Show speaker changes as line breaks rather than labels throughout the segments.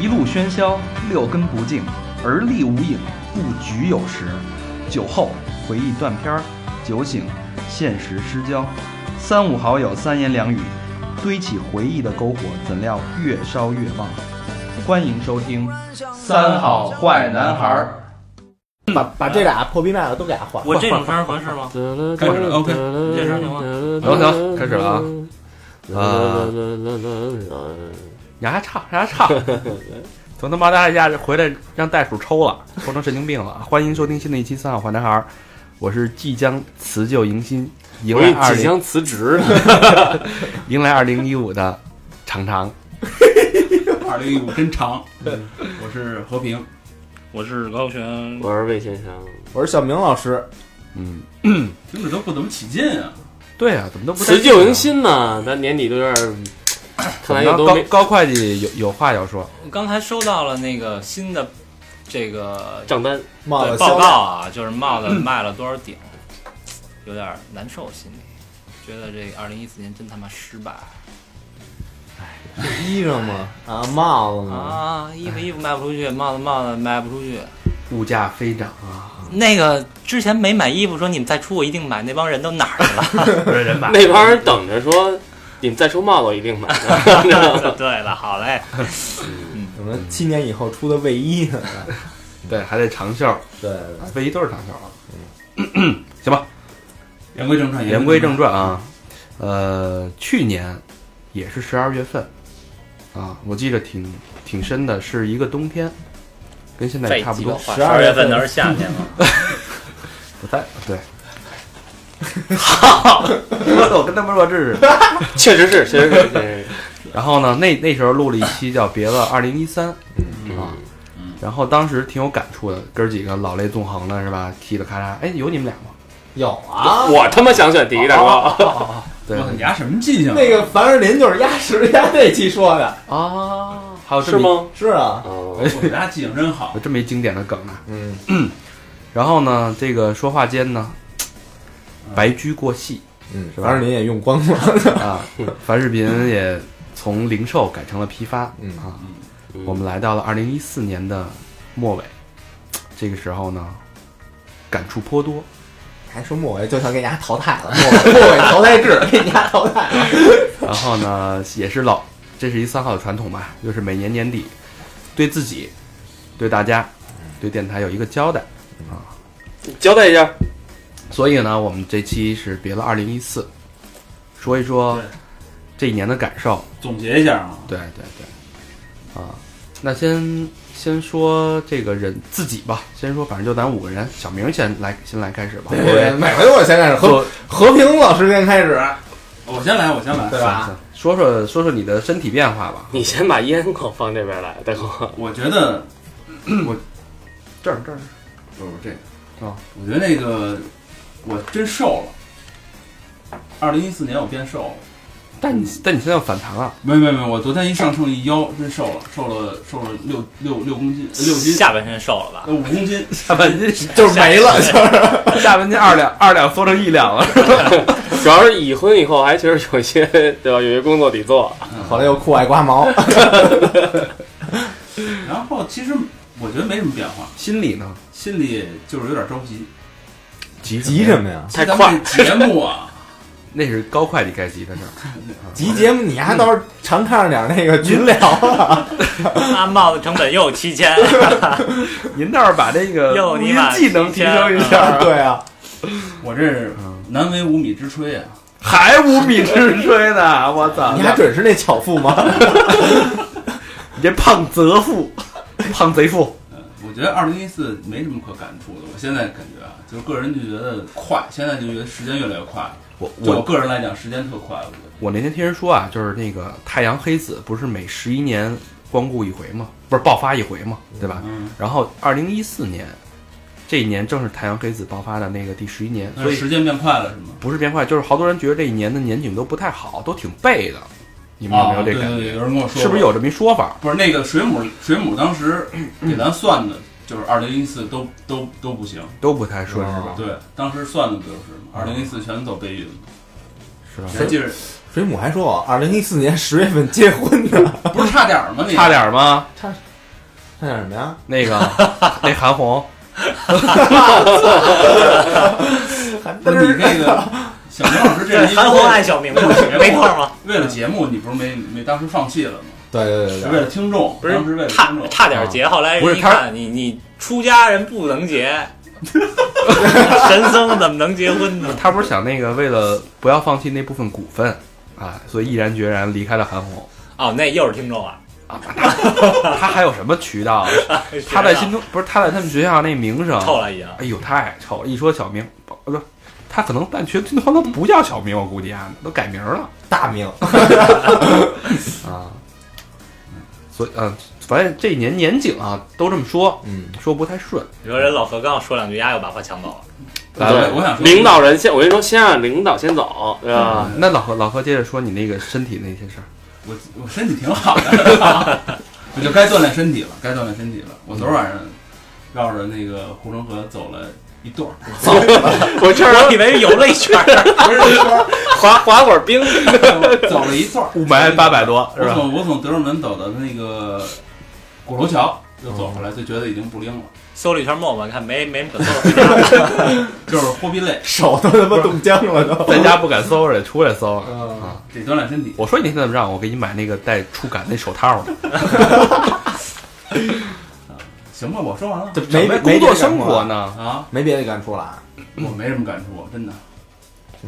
一路喧嚣，六根不净，而立无影，不局有时。酒后回忆断片儿，酒醒现实失焦。三五好友三言两语，堆起回忆的篝火，怎料越烧越旺。欢迎收听《三好坏男孩儿》。
把把这俩破逼卖了都给他换。
我这种声儿合适吗？
开始了，OK，
你这声儿行吗？
行行，开始了啊！啊，你还差 还差，从他妈大家回来让袋鼠抽了，抽成神经病了。欢迎收听新的一期《三好坏男孩》，儿》，我是即将辞旧迎新，迎
我
来
以
二
即
零
将辞职呢，
迎来二零一五的常常。
二零一五真长。我是和平，
我是高璇，
我是魏先生，
我是小明老师，
嗯，
听着都不怎么起劲啊。
对啊，怎么都不带
辞旧迎新呢，咱年底都有点，看来
怎么
又
着。
都
哎高
没
高会计有有话要说，
我刚才收到了那个新的这个
账单，
帽
对
子
报
销
告
量
啊，就是帽子卖了多少顶，有点难受，心里觉得这二零一四年真他妈失败
衣裳嘛，啊帽子嘛，
啊！衣服衣服卖不出去，帽子帽子卖不出去。
物价飞涨啊，
那个之前没买衣服，说你们再出我一定买，那帮人都哪儿 去了？
人吧
那帮人等着说你们再出帽子，我一定买 的。
对了，好嘞，
什么七年以后出的卫衣呢？
对，还得长袖，
对，
卫衣都是长袖啊。行吧，
言归正传，
言归正传啊，呃，去年也是十二月份啊，我记得挺挺深的，是一个冬天，跟现在差不多。
十二月份
都是夏天了，
不在 对，好，我跟他们弱智似的。
确实是，确实是，确实是
然后呢，那那时候录了一期叫《别了二零一三》啊
嗯，
然后当时挺有感触的，哥儿几个老泪纵横的是吧？噼里咔啦，哎，有你们俩吗？
有啊，
我他妈想选第一大哥，
对
我操，你丫什么记性啊？
那个凡士林就是压实压那期说的，
啊，还有
哦
这
是
么一
吗？
是啊，
哦，
我们家记性真好
有。这么一经典的梗呢。
嗯，
然后呢，这个说话间呢，白驹过隙
嗯，
是吧
凡士林也用光了，
啊，凡士林也从零售改成了批发，
嗯
啊，
嗯
我们来到了二零一四年的末尾，这个时候呢，感触颇多。
还说末尾就想给人家淘汰了，末尾末尾淘汰制给人家淘汰了，
然后呢，也是老，这是一三好的传统吧，就是每年年底对自己、对大家、对电台有一个交代。
交代一下，
所以呢，我们这期是别了二零一四，说一说
对
这一年的感受。
总结一下啊，
对对对，啊，那先先说这个人自己吧，先说，反正就咱五个人，小明先来，先来开始吧。作为
每回我先开始，和
作
和平老师先开始，
我先来，我先来。
对吧？
说说说说你的身体变化吧。
你先把烟给我放这边来，大哥，
我觉得
这儿这儿，
不是这个
啊，
我觉得那个我真瘦了。二零一四年我变瘦了，
但你但你现在要反弹了，
没没没，我昨天一上秤一腰，真瘦了，瘦了瘦了六六六公斤，呃六斤，
下半身瘦 了吧？
呃五公斤，
下半斤
就是没了，就是
下半斤二两二两缩成一两了。
主要是已婚以后还确实有一些，对吧？有一些工作得做，
后来又酷爱刮毛，
然后其实我觉得没什么变化，
心里呢，
心里就是有点着急。
急
急什？么呀？
太
咱
快
们这节目啊，
那是高会计该急的事儿。
集结你还到时候常看着点那个群聊啊，
那帽子成本又七千，
您倒是把这个
哟
录
你
音
把
技能提升一下，
对啊，
我这是
嗯
难为无米之炊啊！
还无米之炊呢！我操，
你还准是那巧妇吗？
你这胖贼妇， 胖贼妇。
嗯，我觉得二零一四没什么可感触的。我现在感觉啊，就是个人就觉得快，现在就觉得时间越来越快。
我
就
我
我个人来讲，时间特快，我觉得。
我那天听人说啊，就是那个太阳黑子不是每十一年光顾一回嘛，不是爆发一回嘛，对吧？
嗯，
然后二零一四年这一年正是太阳黑子爆发的那个第十一年，
那
所
是
以
时间变快了是吗？
不是变坏，就是好多人觉得这一年的年景都不太好，都挺背的。你们有没有
对
这感
哦对对，
觉？
有人跟我说，
是不是？有这么一说法？
不是那个水母，水母当 时给咱算的，就是二零一四都都都不行。
都不太顺是吧？
对，当时算的不就是吗？二零一四全走背运了。
啊是吧？
你还记着，
水母还说我二零一四年十月份结婚呢，
不是差点儿吗？你
差点儿吗？
差看点什么呀？
那个那韩红，
不是你那 个小明老师这
对，
是因为
韩红爱小明嘛，没错嘛，
为了节目，你不是没没当时放弃了吗？
对对对啊
是
对
为
对，
了听众，
不是
当时为了
差
听众，
差点结，后来
啊不
人
是
一
他
看你你出家人不能结，神僧怎么能结婚呢？
他不是想那个为了不要放弃那部分股份啊，所以毅然决然离开了韩红。
哦，那又是听众啊，
他还有什么渠道？啊他在心中不是他在他们学校那名声，
啊臭了已经。
哎呦太臭了！一说小明，不不，他可能办学军团都不叫小明，我估计啊，都改名了
大名
啊。所以嗯、反正这一年年景啊都这么说，
嗯，
说不太顺。
你说人老何刚说两句，丫又把话抢走了。
来
对
来，
我想说
领导人先，我跟你说，先让领导先走，对 吧？
那老何老何接着说你那个身体那些事儿。
我我身体挺好的，我就该锻炼身体了，该锻炼身体了。我昨儿晚上绕着那个护城河走了一段儿，
我这
我
儿
以为游了一圈儿，
不是一圈儿，
滑滑会儿冰，
走了一 段儿，
雾霾八 百多是
我
吧？
从我从德胜门走到那个鼓楼桥，又走回来，就觉得已经不灵了，
搜了一圈陌陌，看没没什么可搜的。
就是豁逼累，
手都他妈冻僵了都。
在家不敢搜着，得出来搜。
嗯
得锻炼身体。
我说你那天怎么让我给你买那个带触感那手套呢？
行吧，我说完了
这没没
工作
这个
生
感触
活
啊，
呢？
啊，
没别的感触了啊。
我没什么感触，真的。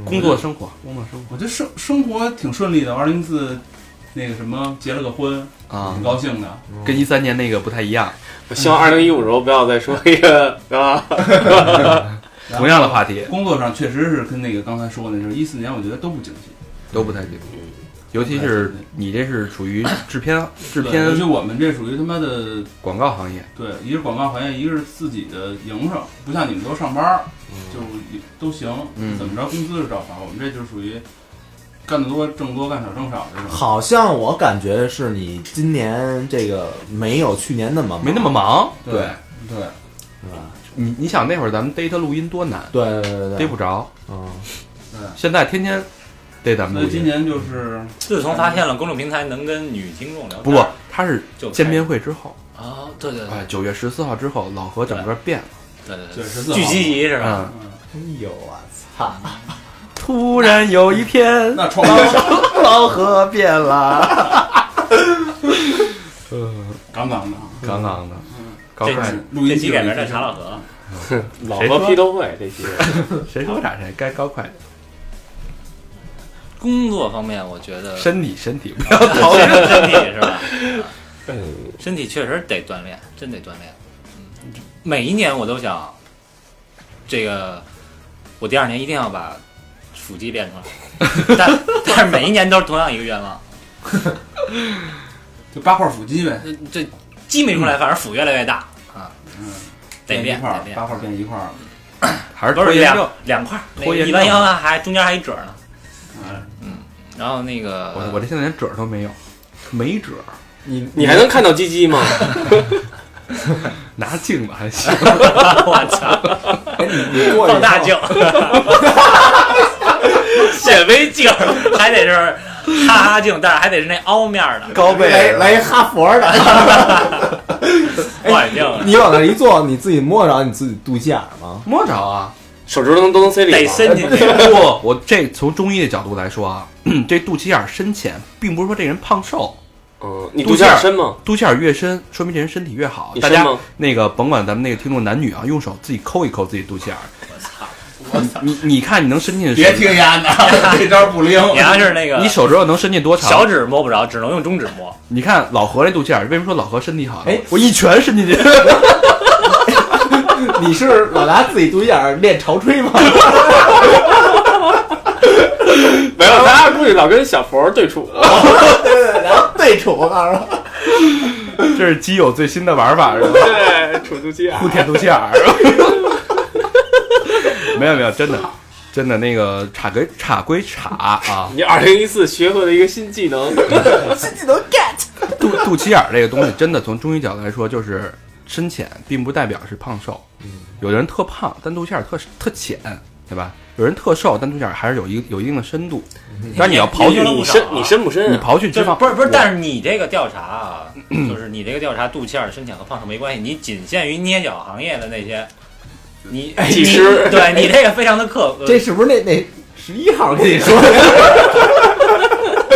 工作生活，工作生
我觉得生生活挺顺利的，二零一四那个什么结了个婚，
活啊
挺，高兴的。
跟一三年那个不太一样。
我希望二零一五时候不要再说一个啊，
然后
同样的话题
工作上确实是跟那个刚才说的那时候，一四年我觉得都不景气，
都不太对，尤其是你这是属于制片制
对尤
片
其我们这属于他妈的，
广告行业，
对，一个是广告行业，一个是自己的营生，不像你们都上班儿，就是都行，
嗯
怎么着工资是照发，我们这就属于干得多挣多，干少挣少这种。
好像我感觉是你今年这个没有去年那么忙
没那么忙。
对对，
是吧？
你你想那会儿咱们逮他录音多难，
对对对对
逮
对，
不着。
嗯，
现在天天逮咱们
所以
录
今
音，
年就是
自从发现了公众平台能跟女听众聊天，
不过他是
就开
见面会之后，
啊，对对对
哎，九月十四号之后，老何整个变了，
对对
对
对，
14
聚集集是吧？
嗯，
嗯，
哎呦我操，
突然有一天，
呃那创造
老何变了，
杠杠的，
杠杠的，高
这
快
期，
录音
这期改名
这
叫查老何，
老
谁
婆
说
批斗会这 些，
谁说打谁，该高快，
工作方面，我觉得
身体身体，
陶冶身体 是吧？
嗯
身体确实得锻炼，真得锻炼。嗯，每一年我都想，这个我第二年一定要把腹肌练出来， 但但是每一年都是同样一个愿望，
就八块腹肌呗，
这呃这肌没出来，反正腹越来越大啊，
嗯，
得
变
练
一块
得
儿，
练
八，块变一块儿，
还是
不是
拖延症
两。两块儿，那
拖
个
延症
一弯腰啊，还中间还一褶呢。
嗯，
然后那个
我我这现在连褶儿都没有，没褶儿，
你
你还能看到鸡鸡吗？
拿镜子还行。
我操，
哎你你过去
放大
之后
镜， 显微镜，还得是哈哈镜，但是还得是那凹面儿的
高
来来一哈佛的，
望远镜，
你往那一坐，你自己摸着你自己肚脐眼儿吗？
摸着啊！
手指头能都能塞里
得
吗？
伸进去。
不，我这从中医的角度来说啊， 这肚脐眼儿深浅，并不是说这人胖瘦，
嗯，你
肚
肚
脐
脐
眼
眼深吗？
肚脐眼儿越深，说明这人身体越好。
你
大
深
家
吗
那个甭管咱们那个听众男女啊，用手自己抠一抠自己肚脐眼儿。
我操，
你你看你能伸进
别
去，
听丫的， 这招不灵。
你要是那个
你手指头能伸进多长？
小指摸不着，只能用中指摸。
你看老何那肚脐眼儿，为什么说老何身体好？
哎，
我一拳伸进去，
你是老拿自己肚脐眼儿练潮吹 吗？
没有， 咱俩估计老跟小佛对处，
对对对，然后对杵我告诉你
这是基友最新的玩法是吧？
对，处肚脐眼
不舔肚脐眼儿。 没有没有，真的真的那个插归插归插啊，
你二零一四学会了一个新技能，
肚肚脐眼儿这个东西，真的从中医角度来说，就是深浅，并不代表是胖瘦。有的人特胖，但肚脐眼儿特特浅，对吧？有人特瘦，但腿脚还是有一有一定的深度。但是你要刨
你
去
你深你深不深
你
啊？
刨去脂
就是
肪，
不是不是，
我
但是你这个调查啊，就是你这个调查肚脐眼的深浅和胖瘦没关系，你仅限于捏脚行业的那些，你
技师
你对你哎这个非常的客，
这是不是那那十一号跟你说 的？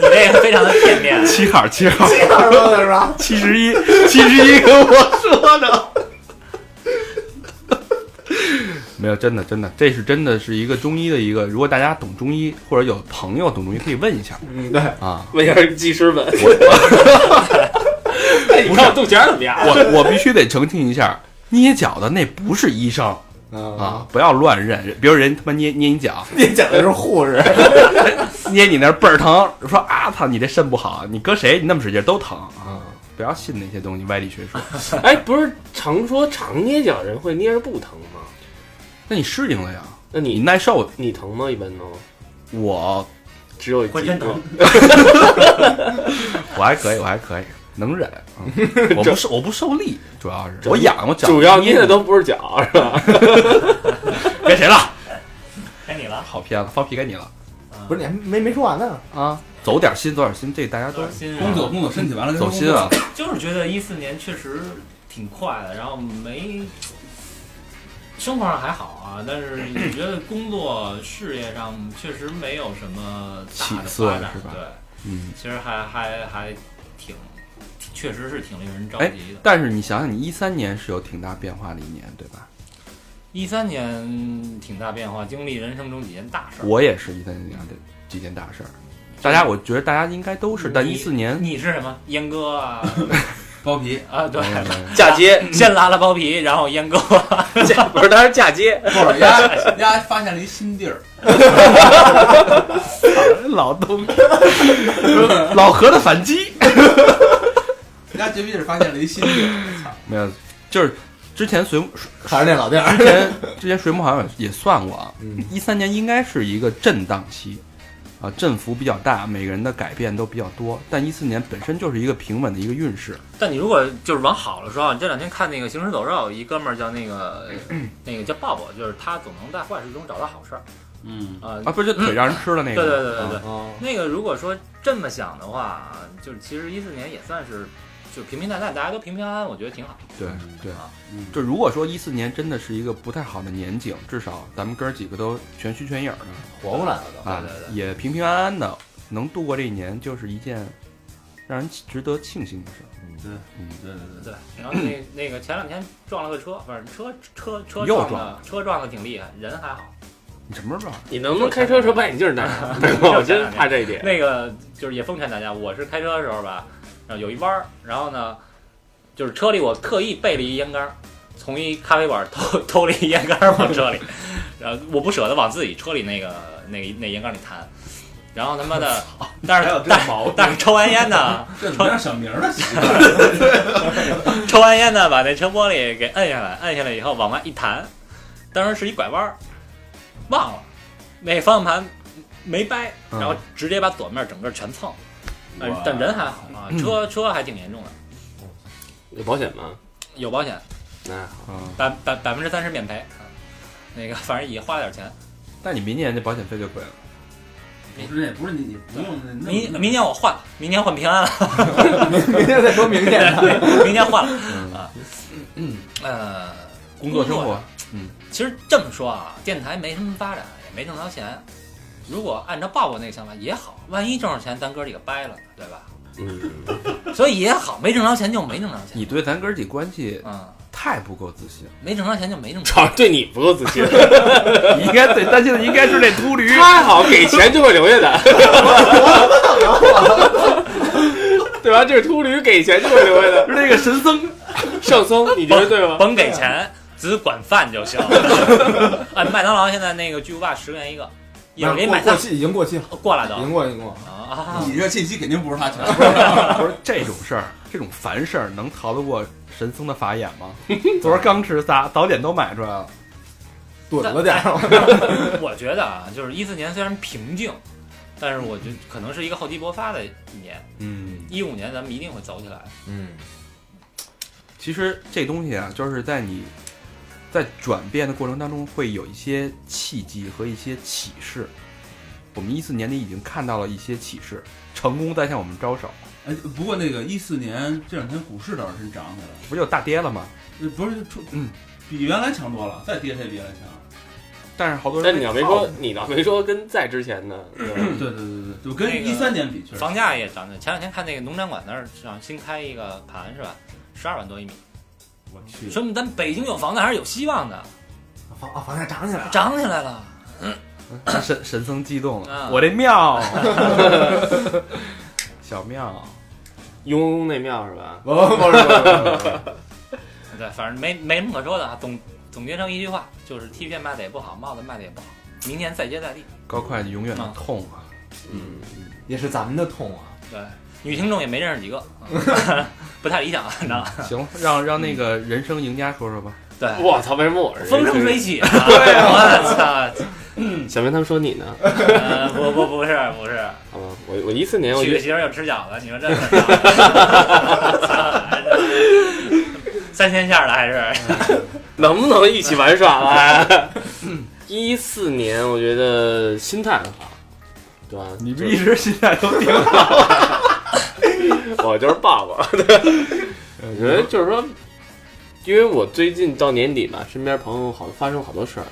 你这个非常的片面。
七号七号
十一号说的是吧？
七十一 七十一跟我说的。 没有，真的，真的，这是真的是一个中医的一个。如果大家懂中医，或者有朋友懂中医，可以问一下
嗯，对，
啊。
问一下技师们。 哎你看我肚脐眼怎么样？
我我必须得澄清一下，捏脚的那不是医生
啊，
啊，
嗯
不要乱认。比如人他妈捏捏你脚，
你讲的是护士，
捏你那儿倍儿疼，说啊操，你这肾不好，你搁谁你那么使劲都疼
嗯
啊！不要信那些东西歪理学说。
哎，不是常说常捏脚人会捏着不疼吗？
那你适应了呀，
那
你
你
耐受。
你疼吗？一般都
我
只有
浑身疼，
我还可以，我还可以，能忍。 嗯我不受，我不受力，主要是我痒，我脚
主要捏的都不是脚，是吧？
该谁了？
该你了。
好偏了，放屁该你了
不是你还没没说完呢？
啊！走点心，走点心，这大
哎
家都
心
工作工作，身体完了该
走心啊！
就是觉得一四年确实挺快的，然后没生活上还好啊，但是你觉得工作事业上确实没有什么大的
起色
发展
是吧，
对，
嗯，
其实还还还挺，确实是挺令人着
哎
急的。
但是你想想，你一三年是有挺大变化的一年，对吧？
一三年挺大变化，经历人生中几件大事儿。
我也是一三年的几件大事儿，大家我觉得大家应该都是，但
你
一四年
你是什么？阉割 啊
包皮，
啊，对，
嫁 接
先拉了包皮，然后阉割。
不是，他是嫁接
不是丫丫发现了一新地儿，
老东老何的反击
丫绝逼是发现了一新地儿。
没有，就是之前水母
还是那老店儿
之前之前水母好像也算过啊，
嗯
一三年应该是一个震荡期，啊，振幅比较大，每个人的改变都比较多。但一四年本身就是一个平稳的一个运势，
但你如果就是往好了说啊，你这两天看那个《行尸走肉》，一哥们儿叫那 个那个叫鲍勃，就是他总能在坏事中找到好事儿
嗯，
啊、
啊，不是就腿让人吃了那
对
个
对
吗？
对对对，
啊
哦
那个如果说这么想的话啊，就是其实一四年也算是就平平淡淡，大家都平平安安，我觉得挺好。
对对
啊
嗯
就如果说一四年真的是一个不太好的年景，至少咱们哥儿几个都全虚全影儿的
活过来了 都。
啊
对对，对
也平平安安的，能度过这一年，就是一件让人值得庆幸的事儿。
对对对，
对，然后 那那个前两天撞了个车，反正车车车
又
撞
撞
的车撞的挺厉害，人还好。
你什么时
嗯
候撞？
你能不能开车时候把眼镜 戴上？我真怕这一点。
那个就是也奉劝大家，我是开车的时候吧，然后有一弯儿，然后呢，就是车里我特意备了一烟杆儿，从一咖啡馆偷 偷了一烟杆儿往车里，然后我不舍得往自己车里那个那个那烟缸里弹，然后他妈的，但是但是但是抽完烟呢，
这怎么样？小明儿的习惯，
抽完烟呢，把那车玻璃给摁下来，摁下来以后往外一弹，当时是一拐弯儿，忘了那方向盘没掰，
嗯
然后直接把左面整个全蹭。但
哇
但人还好啊，
嗯
车车还挺严重的，
有保险吗？
有保险，
那
嗯，
百百百分之三十免赔。啊那个反正也花了点钱，
但你明年这保险费就贵了。
不是那不是你你不用
嗯
那那
明明年我换了，明年换平安了，
明天再说明 天的。
明年换了啊。呃，
嗯工作生
工作
活，
其实这么说啊，电台没什么发展，也没挣着钱。如果按照鲍勃那个想法也好，万一挣着钱，咱哥几个掰了呢，对 吧？
嗯，
所以也好，没挣着钱就没挣着钱，
你对咱哥儿几关系
嗯，
太不够自信了。
没挣着钱就没挣着
主要是对你不够自 信，
你 应该最担心的应该是那秃驴。
他好给钱就会留下 的，对吧？这是秃驴给钱就会留下 的，
是那个神僧，
圣僧，你觉得对
钱，
吗？
甭给钱，只管饭就 行。哎，麦当劳现在那个巨无霸十元一个，一人给你买
过
三
过期已经过期了，
过来
已
的
经过已经过。
啊，
你这信息肯定不是他全。
不是这种事儿，这种烦事儿能逃得过神僧的法眼吗？昨儿刚吃仨，早点都买出来了。
躲着点儿，
我觉得啊，就是一四年虽然平静，但是我觉得可能是一个厚积薄发的一年。
嗯，
一五年咱们一定会走起来。
嗯，
其实这东西啊，就是在你在转变的过程当中会有一些契机和一些启示。我们一四年底已经看到了一些启示，成功在向我们招手。
哎，不过那个一四年这两天股市倒是真涨起来了
不就大跌了吗？
呃，不是出
嗯，
比原来强多了，再跌它也比原来强。
但是好多人
但你要没说，你倒没说跟在之 前呃呢，对吧
对对对对对，就
那
跟
个
一三年比确实
房价也涨的。前两天看那个农展馆那儿上新开一个盘是吧？十二万多一米，
我去，
说明咱北京有房子还是有希望的，
房啊房价涨起来了，
涨起来了。
神神僧激动了，
啊
我这 庙， 小庙，
雍容那庙是吧？
不不不不不不，
对，反正没没什么可说的啊。总总结成一句话，就是 T 片卖的也不好，帽子卖的也不好，明年再接再厉。
高会计永远的痛啊！
嗯，
也是咱们的痛啊。
对，女听众也没认识几 个，不太理想啊，你知道吗？
行了，让让那个人生赢家说说吧。
对，
我操，为什么我是
风生水起啊！ 对，我操！
小明他们说你 呢？
呃不不不是不是，
啊，我我一四年我
娶个
觉
媳妇儿又吃饺子，你们这怎 么着三鲜馅儿的还是
能不能一起玩耍了？一四年我觉得心态很好，对吧？
你不
就
一直现在都挺
我就是爸爸。对，我呃觉得就是说，因为我最近到年底嘛，身边朋友好发生好多事儿，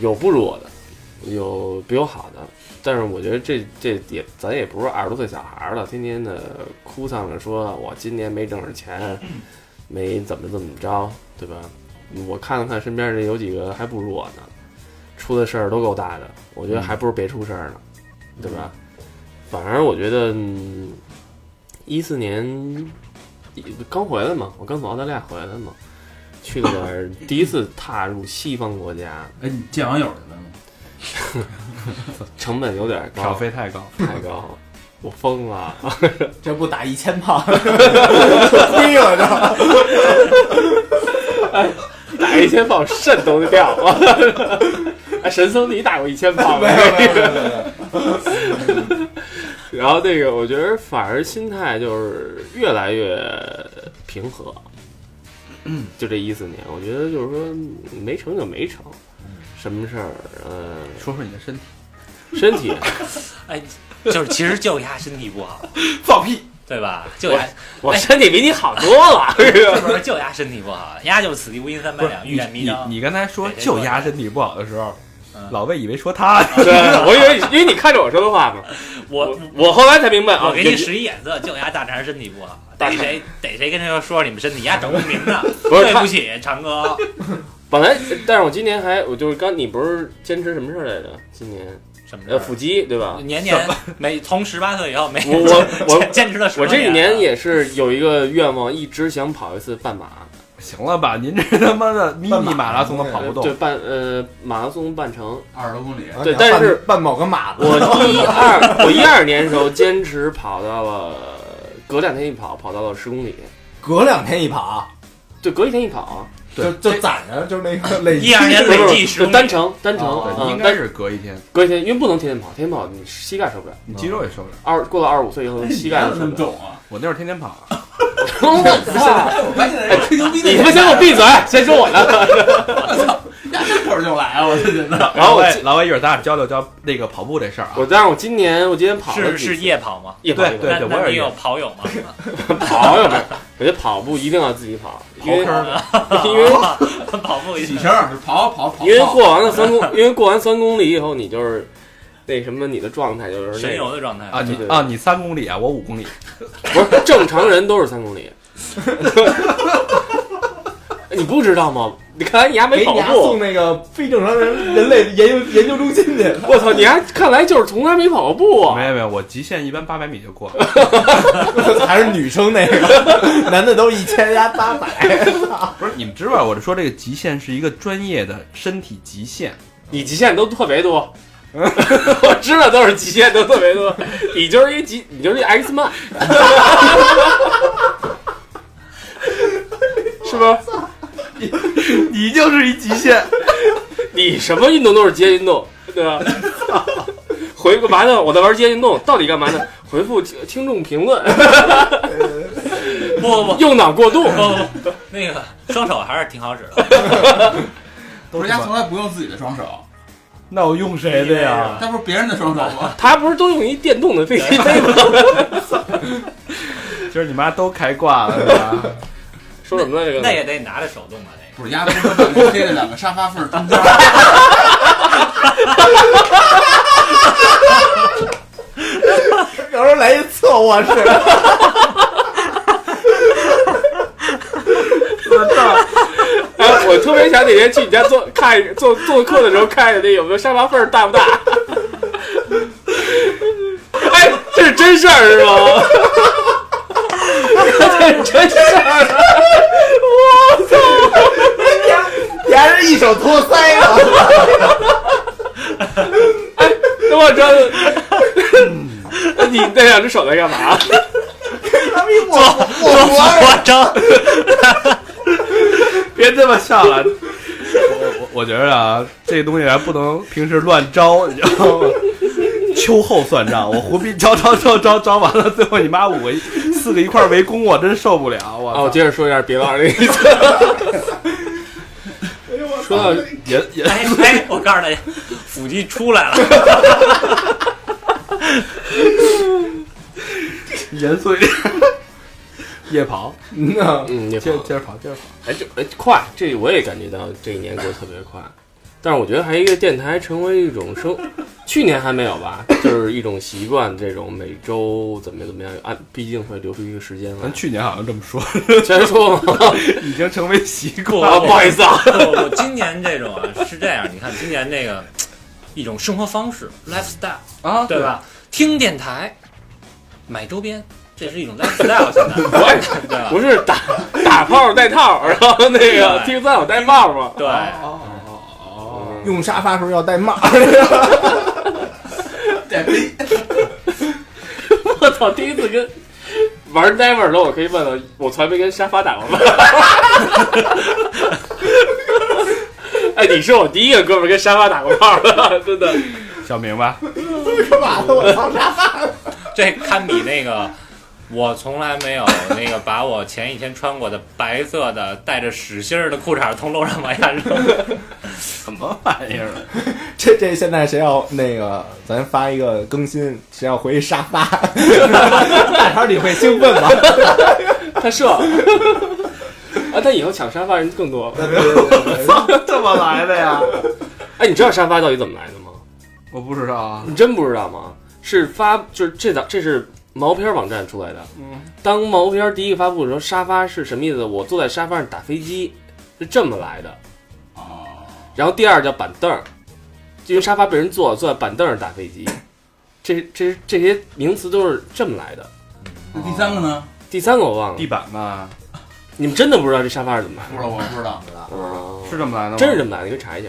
有不如我的，有比我好的，但是我觉得这这也咱也不是二十多岁小孩儿了，天天的哭丧着说我今年没挣着钱，没怎么怎么着，对吧？我看了看身边这有几个还不如我呢，出的事儿都够大的，我觉得还不如别出事儿呢，对吧？反而我觉得，嗯一四年刚回来嘛，我刚从澳大利亚回来嘛，去了点儿第一次踏入西方国家，
哎，你见网友去了吗？
成本有点儿
消
高，
费太高，
太高了，我疯了。
这不打一千炮，亏了这。
打一千炮肾都掉了。 哎，神僧你打过一千 炮吗？然后那个，我觉得反而心态就是越来越平和，就这一四年，我觉得就是说没成就没成，什么事儿，呃，
说说你的身体。
身体
哎， 就是其实就丫身体不好，
放屁！
对吧？就丫
我身体比你好多了，
是不是就丫身体不好？丫就此地无银三百两，欲
你
盖弥
你
彰。
你刚才说
对对
就压身体不好的时候，
嗯
老魏以为说他 呢。
对，我以为因为你看着我说的话嘛，
我
我我后来才明白啊，
我给你
也
使一眼色，就丫大肠身体不好，
大
逮谁逮谁跟谁说说你们身体，丫整不明呢。
不是
对
他
不起，长 哥，
本来，但是我今年还我就是刚你不是坚持什么事儿来着？今年
什么事
呃
儿
腹肌 对吧？
年年每从十八岁以后每
我我我
坚坚持了十
我这
年
几
啊
年
了
也是有一个愿望，一直想跑一次半马，
行了吧，您这他妈的迷你马拉松都跑不动
对，半呃马拉松半 程。
二十多公里，
对但是
办某个马子，
我一二我一二年的时候坚持跑到了，隔两天一跑跑到了十公里，
隔两天一跑，
对，隔一天一跑，
就就攒着，就是那个累积
一二年
不是
累
不是
计十
就
公里
单程单程，
哦
嗯
应该
单
是隔一天，
隔一天，因为不能天天跑，天天跑你膝盖受不了。
你肌肉也受不了。
二过了二十五岁以后，膝盖
怎
就受
么
不了。
懂啊？
我那会儿天天跑，
我 操！
哎，我发现人吹牛逼
你
那
他妈先给我闭嘴，先说我的。
一口就来啊！我就觉得，
然后我
老
今
魏，老魏一会儿咱俩交流交那个跑步这事儿啊。
我但是我今年我今天跑了
是
几
是
次
夜跑吗？
夜跑
对
夜跑
对
那那
我也
你
是
有跑友吗？
跑有没有？我觉得跑步一定要自己跑，因为 因为
跑步一
起身儿跑跑跑，
因为过完了三公，因为过完三公里以后，你就是那什么，你的状态就是
神
那
游
个，
的状态
啊，你
对对对
啊，你三公里啊，我五公里，
不是正常人都是三公里。 你不知道吗？你看来你还没
给
跑
你丫
步
送，那个非正常人人类研究研究中心去。
我操！你还看来就是从来没跑过步啊
没！有没有，我极限一般八百米就过了。
还是女生那个， 男的都一千加八百。
不是你们知道，我是说这个极限是一个专业的身体极限，
你极限都特别多，我知道都是极限都特别多，你就是一极，你就是一 X man，是不是？
你就是一极限。
你什么运动都是极限运动，对吧？回干嘛呢？我在玩极限运动，到底干嘛呢？回复听听众评论，
不不不
用脑过度。
不不，那个双手还是挺好使的。
不是啊人家从来不用自己的双手，
那我用
哎
谁的
啊
呀？
那不是别人的双手 吗？
他不是都用一电动的飞机杯吗？
今儿你妈都开挂了，是吧？
说什么呢？这个
那也得拿着手动吧，那
不是，人家不是把这贴在两个沙发缝儿中间儿，
有时候来一侧卧式，
哎， 我特别想哪天去你家做 看做做客的时候，看看那有没有沙发缝儿大不大。 哎，这是真事儿是吗？ 这是真事儿，啊
你还是一手托腮了。
哎那我知道。那 你那两只手在干嘛？
他们一抹抹脖
个。我张
别这么笑了。我我我觉着啊，这东西还不能平时乱招，你知道吗？秋后算账，我胡逼招招招招招完了，最后你妈五个一四个一块儿围攻我，真受不了！我
啊，我
操，
接着说一下别玩那个意思。说到
也也
哎哎，我告诉大家，腹肌出来了，
严肃一点。夜跑，
嗯，也
接
跑
着接着跑，接着跑。
哎，这哎快，这我也感觉到这一年过得特别快，但是我觉得还有一个电台成为一种生，去年还没有吧，就是一种习惯，这种每周怎么怎么样，按毕竟会留出一个时间来
咱。去年好像这么说，
先说嘛，
已经成为习
不
惯了。
不好意思 啊，
我我今年这种啊是这样，你看今年这个一种生活方式 lifestyle
啊，
对吧？听电台，买周边，这是一 种 lifestyle 现在，对吧？
不是打打炮戴套，然后那个听三好戴帽嘛。
对，
哦
用沙发时候要戴 帽，
我操，第一次跟玩 Never 的，我可以问了，我从来没跟沙发打过炮。 哎，你是我第一个哥们儿跟沙发打过炮的， 真的。
小明吧，
干嘛呢？我操沙发！
这堪比那个。我从来没有那个把我前一天穿过的白色的带着屎芯儿的裤衩从楼上往下扔，
什么玩意儿？
这这现在谁要那个，咱发一个更新，谁要回沙 发？大超你会兴奋吗？
他射。啊，但以后抢沙发人更多。
这么来的呀？
哎，你知道沙发到底怎么来的吗？
我不知道啊。
你真不知道吗？是发，就是这档，这是毛片网站出来的。嗯，当毛片第一个发布的时候，沙发是什么意思？我坐在沙发上打飞机，是这么来的。
哦
然后第二叫板凳儿，因为沙发被人坐，坐在板凳上打飞机。这这这些名词都是这么来的。
那第三个呢？
第三个我忘了
地，板嘛，
你们真的不知道这沙发是怎么来
不知道，我不知道。
的？哦
是这么来的吗？
真是这么来的，你可以查一下。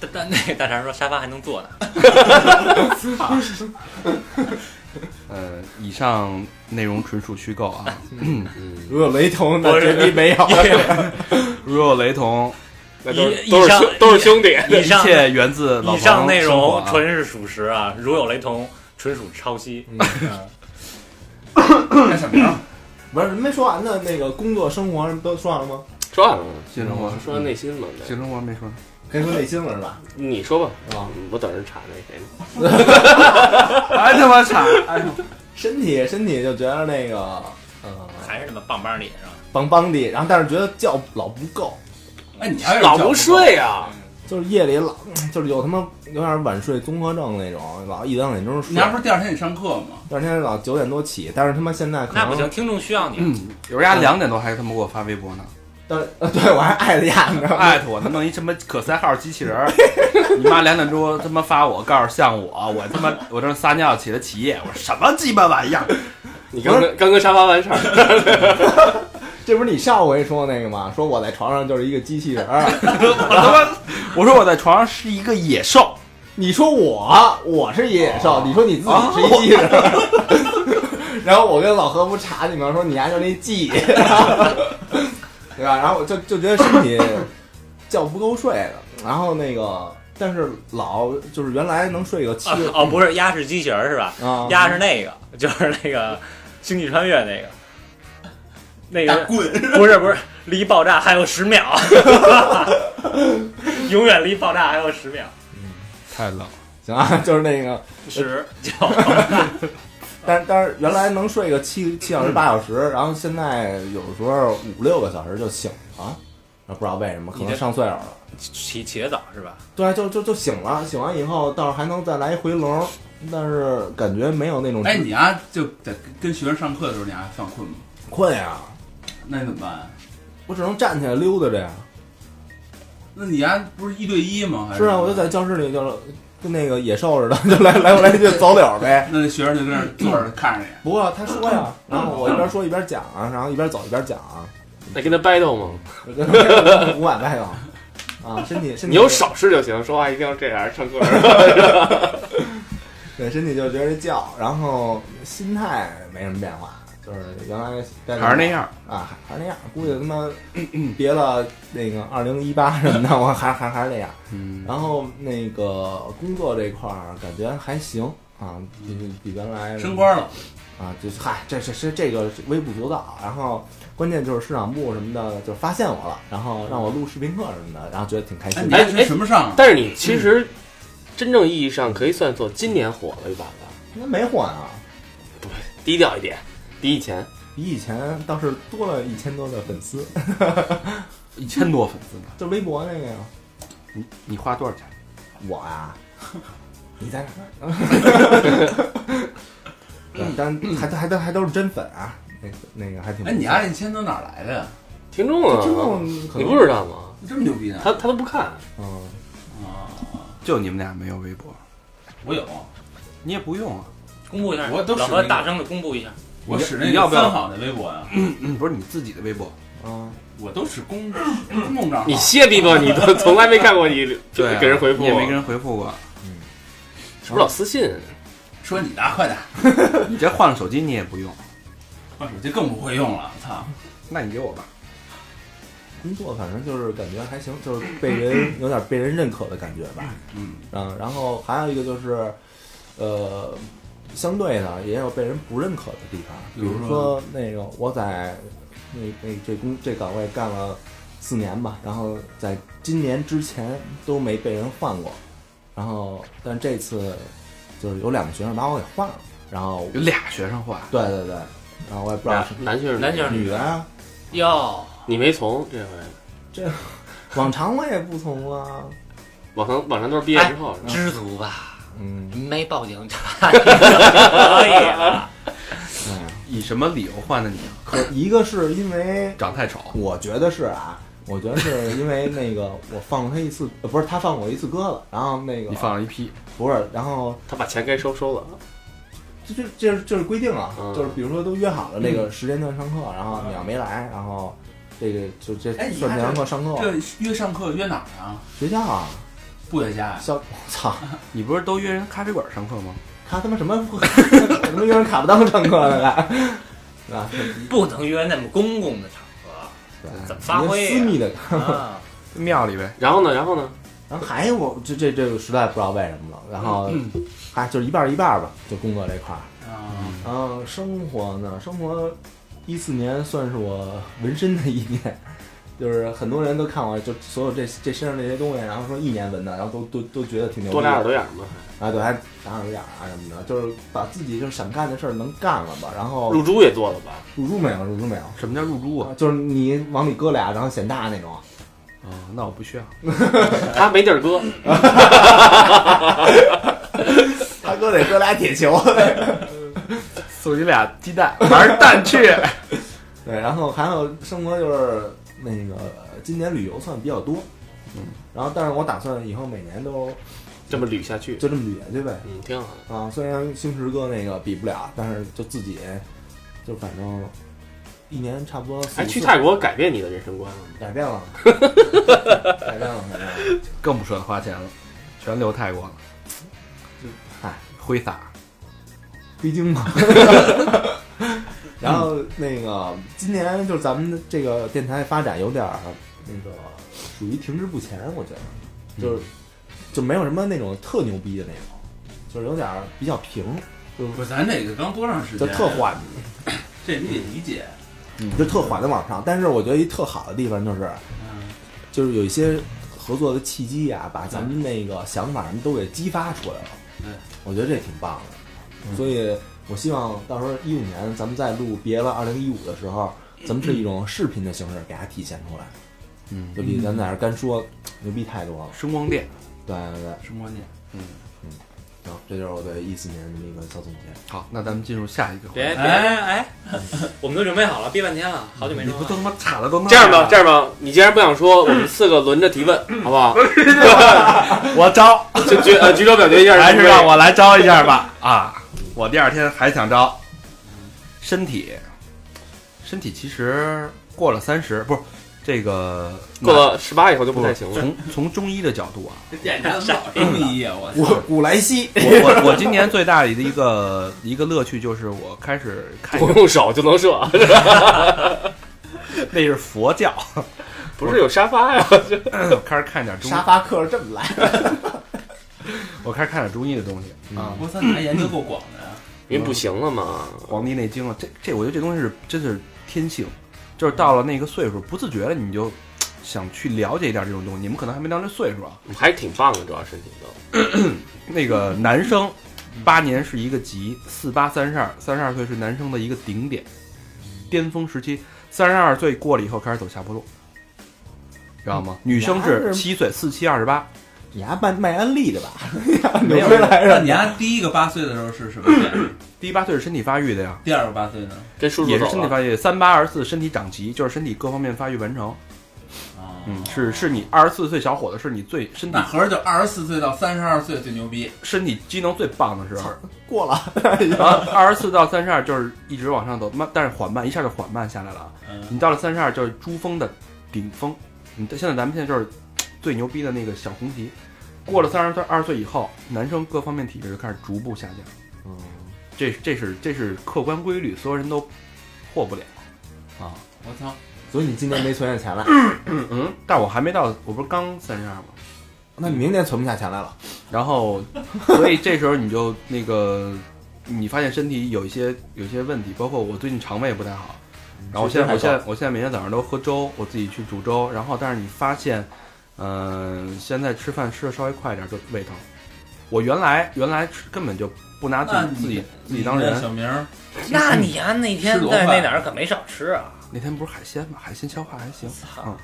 但但那个大肠说沙发还能坐呢，
呃，以上内容纯属虚构啊，
嗯
如有雷同，那绝逼没有。
如有雷同，
那都是
以
都是
以上
兄都是兄弟。
以
一
上
切源自老
以上
王
内
生活
容
啊
纯是属实啊，如有雷同，纯属抄袭。 嗯
那小明儿，
不是没说完呢，那个工作生活什么都说完了吗？
说完了，
新生活
说
嗯
内心嘛，对
新生活没说，
该说内心了是吧？
你说吧，
啊，
我等着查那谁呢。
哎他妈惨！哎呦，
身体身体就觉得那个呃
还是他妈棒棒的是吧？
邦邦的，然后但是觉得觉老不够，
哎，你还是
老
叫
不睡啊，
就是夜里老就是有他妈有点晚睡综合症那种，老一两点钟睡
你，还不是第二天你上课吗？
第二天老九点多起，但是他妈现在可
那不
能
行，听众需要你。啊
嗯，有人家两点多还他妈给我发微博呢，
但是呃对我还爱着呀，你知道吗？
艾特我，他弄一什么可赛号机器人儿，你妈两点钟他妈发我，告诉像我，我他妈我正撒尿起了起夜，我说什么鸡巴玩意儿？
你刚跟刚跟沙发完事儿，
这不是你上回说那个吗？说我在床上就是一个机器人儿，
我他妈，我说我在床上是一个野兽，
你说我我是野
哦
兽，你说你自己是一机器人儿， 然后我跟老何不查你吗？说你丫就那记， 对吧？然后我就就觉得身体觉不够睡了，然后那个但是老就是原来能睡个七
啊 哦，不是，鸭是机器人儿是吧？
啊，
鸭是那个， 就是那个《星际穿越》那个，那
大
个
棍，
不是不是，离爆炸还有十秒，
永远离爆炸还有十秒，
太冷了。
行啊，就是那个，
十九，
但但是原来能睡个七七小时八小时，然后现在有时候五六个小时就醒了，啊，不知道为什么，可
你
能
这
上岁数了。
起起得早是吧？
对，就就就醒了，醒完以后倒是还能再来一回笼，但是感觉没有那种
哎，你啊，就在跟学生上课的时候，你还犯困吗？
困呀、
那你怎么办？啊
我只能站起来溜达着呀。
那你啊，不是一对一吗？还
是啊，我就在教室里就跟那个野兽似的，就来来回来去走柳儿呗。
那学生就跟那儿坐着看着你。
不过他说呀，然后我一边说一边讲啊，然后一边走一边讲啊，
那跟他 battle 吗？
我跟他五百块啊，啊，身体身体
你有少吃就行，说话一定要这样，唱歌儿
对身体就觉得叫，然后心态没什么变化，就是原来该
还是那样，
啊，还还是那样，估计他妈 别了那个二零一八什么的，我还还还是那样。
嗯，
然后那个工作这块儿感觉还行啊，比比原来
升官了，
啊，就是嗨，这这是这个是微不足道。然后关键就是市场部什么的就发现我了，然后让我录视频课什么的，然后觉得挺开
哎，
心
你
的。
还是什么上啊？
但是你其实真正意义上可以算作今年火了一把吧，
那没换啊，
低调一点，比以前。
比以前倒是多了一千多的粉丝，
一千多粉丝呢，
就微博那个呀，
你你花多少钱？
我 呀、你在哪儿？ 对但还还都还都是真粉啊，那个那个还挺不
嗯
错。
哎，你啊，这钱都哪儿来的呀？
听众啊，
听众可
你
能
不知道吗？
这么牛逼呢？
他他都不看，
嗯。
啊，
就你们俩没有微博，
我有，
你也不用啊。
公布一下，
我都使
老
那
何
个
大声的公布一下，
我使
你
那
要
个
不要
三好的微博呀，
嗯，不是你自己的微博，
嗯
我都使公公众账
你
号。
谢逼吧，你都从来没看过你给人回复，
啊你也没跟
是
人回复过。
不是老私信？
说你的，快点，
你这换了手机你也不用，
换手机更不会用了，操！
那你给我吧。
工作反正就是感觉还行，就是被人有点被人认可的感觉吧。
嗯，
嗯，然后还有一个就是，呃，相对的也有被人不认可的地方，比
比如
如说那个我在那那这工这岗位干了四年吧，然后在今年之前都没被人换过，然后但这次就是有两个学生把我给换了，然后
有俩学生换，
对对对，然后我也不知道是
男学生，
男学生
女的啊呀，
哟，
你没从这回，
往常我也不从啊，
网上网上都是毕业之后，
知足吧，
嗯，
没报警就可以了。
啊
哎呀。
以什么理由换的你？啊
可一个是因为
长太丑，
我觉得是啊，我觉得是因为那个我放了他一次，呃不是他放我一次鸽子，然后那个
你放了一批，
不是，然后
他把钱该收收了，
这这这是这是规定啊，
嗯
就是比如说都约好了那个时间段上课，然后你要没来，然后这个就这
哎你
算
还
这堂
是
课上课
这约上课约哪儿啊？
学校啊，
不在家呀？
校我操，
你不是都约人咖啡馆上课吗？
他他妈什 么什么约人卡不当上课 的啊，啊，
不能约那么公共的场怎么发
啊
挥呀
私密的
合啊，
庙里呗，
然后呢，然后呢，
然后还有我这这这个实在不知道为什么了，然后
嗯
还、就是一半儿一半儿吧，就工作这块儿。
啊，
然后生活呢，生活一四年算是我纹身的一年，就是很多人都看我就所有这这身上这些东西，然后说一年纹的，然后都都都觉得挺牛逼
多
的
俩耳朵眼儿嘛，
啊，对，还长耳朵眼儿啊什么的，就是把自己就是想干的事儿能干了吧。然后
入珠也做了吧？
入住没有？入住没有？
什么叫入珠啊？
啊就是你往里搁俩，然后显大那种。
啊、那我不需要。
他没地儿搁，
他哥得搁俩铁球。
送你俩鸡蛋，玩蛋去。
对，然后还有生活就是那个呃今年旅游算比较多，
嗯，
然后但是我打算以后每年都
这么捋下去，
就这么旅下去呗。
嗯，挺好的。
啊，虽然星驰哥那个比不了，但是就自己，就反正一年差不多四
哎，
五
去
次
泰国改变你的人生观了吗？
改变 了，改变了，改变了。
更不舍得花钱了，全留泰国了。哎
嗨，
挥洒，
归经嘛。 然后那个今年就是咱们这个电台发展有点儿那个属于停滞不前，我觉得
嗯
就是就没有什么那种特牛逼的那种，就是有点儿比较平，
不是咱这个刚多长时
就
间？
特缓，
这你得理解。
就特缓的往上。但是我觉得一特好的地方就是，
嗯，
就是有一些合作的契机啊，把咱们那个想法什么都给激发出来了。
对，
我觉得这挺棒的。所以我希望到时候一五年咱们再录《别了二零一五》的时候，咱们是一种视频的形式给它体现出来，
嗯，
就比咱在这儿干说牛逼太多了。
声光电，
对对对，
生活点。
行，这就是我对一四年的一个小总结。
好，那咱们进入下一个环
别
节。
别，
哎哎，我们都准备好了，憋半天了，好久没
你
说
不
话
都
了。
他妈岔的都那
这样吧，这
样
样吧，你既然不想说，我们四个轮着提问， 好不好？
我招，
就举呃举手表决一下，
还是让我来招一下吧。 啊，我第二天还想招。身体，身体其实过了三十，不是这个
过了十八以后就不
不
太行了。
从从中医的角度啊，
这检查怎么老中医呀？ 我
我古莱西，
我我我今年最大的一个一个乐趣就是我开始看
哎不用手就能 射，
那是佛教，
不是有沙发
嗯
呀？
开始看点中医
沙，发客是这么来的。
我开始看点中医的东西啊，
我操，你还研究够广的呀！
因为不行了嘛。
《黄帝内经》啊，这这我觉得这东西是真是天性，就是到了那个岁数，不自觉的你就想去了解一点这种东西。你们可能还没到那岁数啊。
还是挺棒的，主要身体都
那个男生，八年是一个极，四八三十二，三十二岁是男生的一个顶点，巅峰时期。三十二岁过了以后开始走下坡路，知道吗？女生是七岁，四七二十八，
你还卖卖安利的吧？
没有
回来
那
着
你家第一个八岁的时候是什么点？
第一八岁是身体发育的呀。
第二个八岁呢？
跟叔叔
也是身
走
体
了。
发育，三八二十四身体长齐，就是身体各方面发育完成。
啊，
嗯，是是你二十四岁小伙子，是你最身体
那合着就二十四岁到三十二岁最牛逼。
身体机能最棒的时候，
过了，
然后二十四到三十二就是一直往上走，慢但是缓慢，一下就缓慢下来了啊。
嗯，
你到了三十二就是珠峰的顶峰，你现在咱们现在就是最牛逼的那个小红旗。过了三十岁二十岁以后，男生各方面体质就开始逐步下降，
嗯，
这这是这是客观规律，所有人都破不了。
我操，
所以你今年没存下钱来，
嗯嗯，但我还没到，我不是刚三十二吗？
那你明年存不下钱来了。
然后，所以这时候你就那个， 你发现身体有一些有一些问题，包括我最近肠胃不太好，然后我现在我现在我现在每天早上都喝粥，我自己去煮粥，然后但是你发现，嗯、现在吃饭吃的稍微快一点就胃疼。我原来原来吃根本就不拿自
那
己自己
你
自己当
你那
人，
小明儿
那你啊，那天
吃螺
在
饭
那哪儿可没少吃啊！
那天不是海鲜嘛，海鲜消化还行，
操，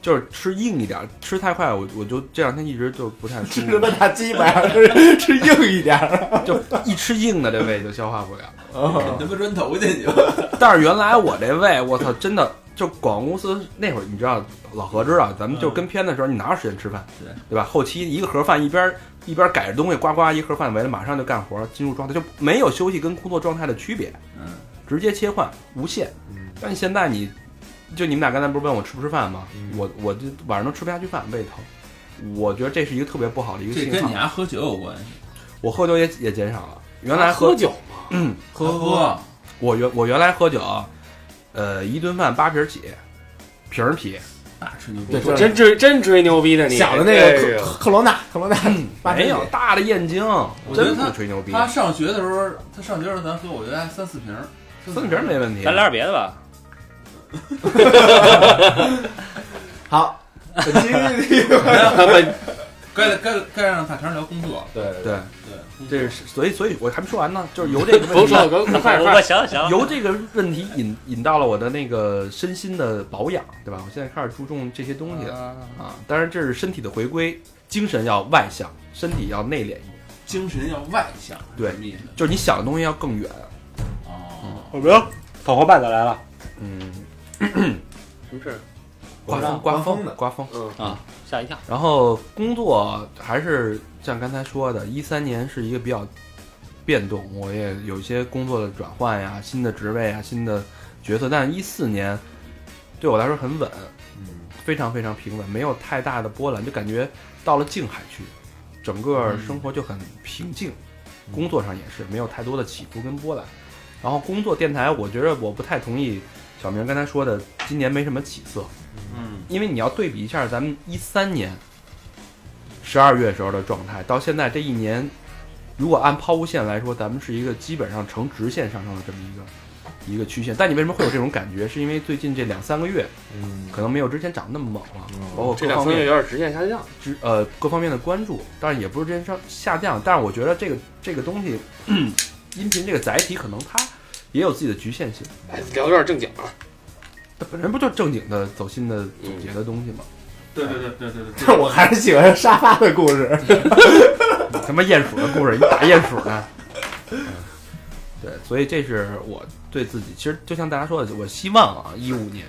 就是吃硬一点，吃太快我我就这两天一直就不太 舒
吃
服
他，妈大鸡巴，吃吃硬一点儿。
就一吃硬的这胃就消化不了。
啃他 妈砖头去你就。
但是原来我这胃，我操，真的就广告公司那会儿，你知道老何知道，咱们就跟片的时候，你哪有时间吃饭，
嗯对
对吧？后期一个盒饭一边一边改着东西，呱呱一盒饭围了，马上就干活，进入状态，就没有休息跟工作状态的区别，
嗯，
直接切换无限。但现在你，就你们俩刚才不是问我吃不吃饭吗？
嗯
我我就晚上都吃不下去饭，胃疼。我觉得这是一个特别不好的一个
这
信
跟你啊家
号。
喝酒有关系。
我喝酒也也减少了，原来
喝酒嘛，
喝喝，
我原我原来喝酒，呃，一顿饭八瓶儿起，瓶儿啤。
那吹牛逼。
对，
真吹真吹牛逼的你。哎
小的那个
这
克克克罗纳，克罗纳八
没有
瓶
大的燕京，
觉得
真
他
不吹牛逼，
他上学的时候，他上学的时候咱喝，我觉得三四瓶儿，
四瓶没问题。
咱聊点别的吧。
酒。好，本期
哎
该该该让大肠聊工作。
对对
对，
对，
这是所以所以我还没说完呢，就是由这个问
甭说了，
题，
甭
我
快
我
快，
行了行了，
由这个问题引引到了我的那个身心的保养，对吧？我现在开始注重这些东西了啊。当然这是身体的回归，精神要外向，身体要内敛一点，
精神要外向，
对
什么意思？
就是你想的东西要更远。
哦，
我们小伙伴的来了，嗯，
什么事儿？
刮风
刮
刮
风的
风刮风。
嗯，
吓一跳。
然后工作还是像刚才说的，一三年是一个比较变动，我也有一些工作的转换呀、新的职位啊、新的角色，但一四年对我来说很稳，
嗯，
非常非常平稳，没有太大的波澜，就感觉到了静海区，整个生活就很平静，工作上也是没有太多的起伏跟波澜。然后工作电台，我觉得我不太同意小明刚才说的，今年没什么起色。
嗯，
因为你要对比一下咱们一三年十二月时候的状态，到现在这一年，如果按抛物线来说，咱们是一个基本上呈直线上升的这么一个一个曲线。但你为什么会有这种感觉？是因为最近这两三个月，
嗯，
可能没有之前涨那么猛了，包括
这
各
两
方
三个月
面
有点直线下降，
之呃各方面的关注，当然也不是之前上下降，但是我觉得这个这个东西， 音频这个载体可能它也有自己的局限性。
哎聊得有点正经了。
它本身不就正经的走心的总结的东西吗？
对对对对对对，
但我还是喜欢沙发的故事。
他妈鼹鼠的故事，你打鼹鼠呢？ 对，所以这是我对自己，其实就像大家说的，我希望啊，一五年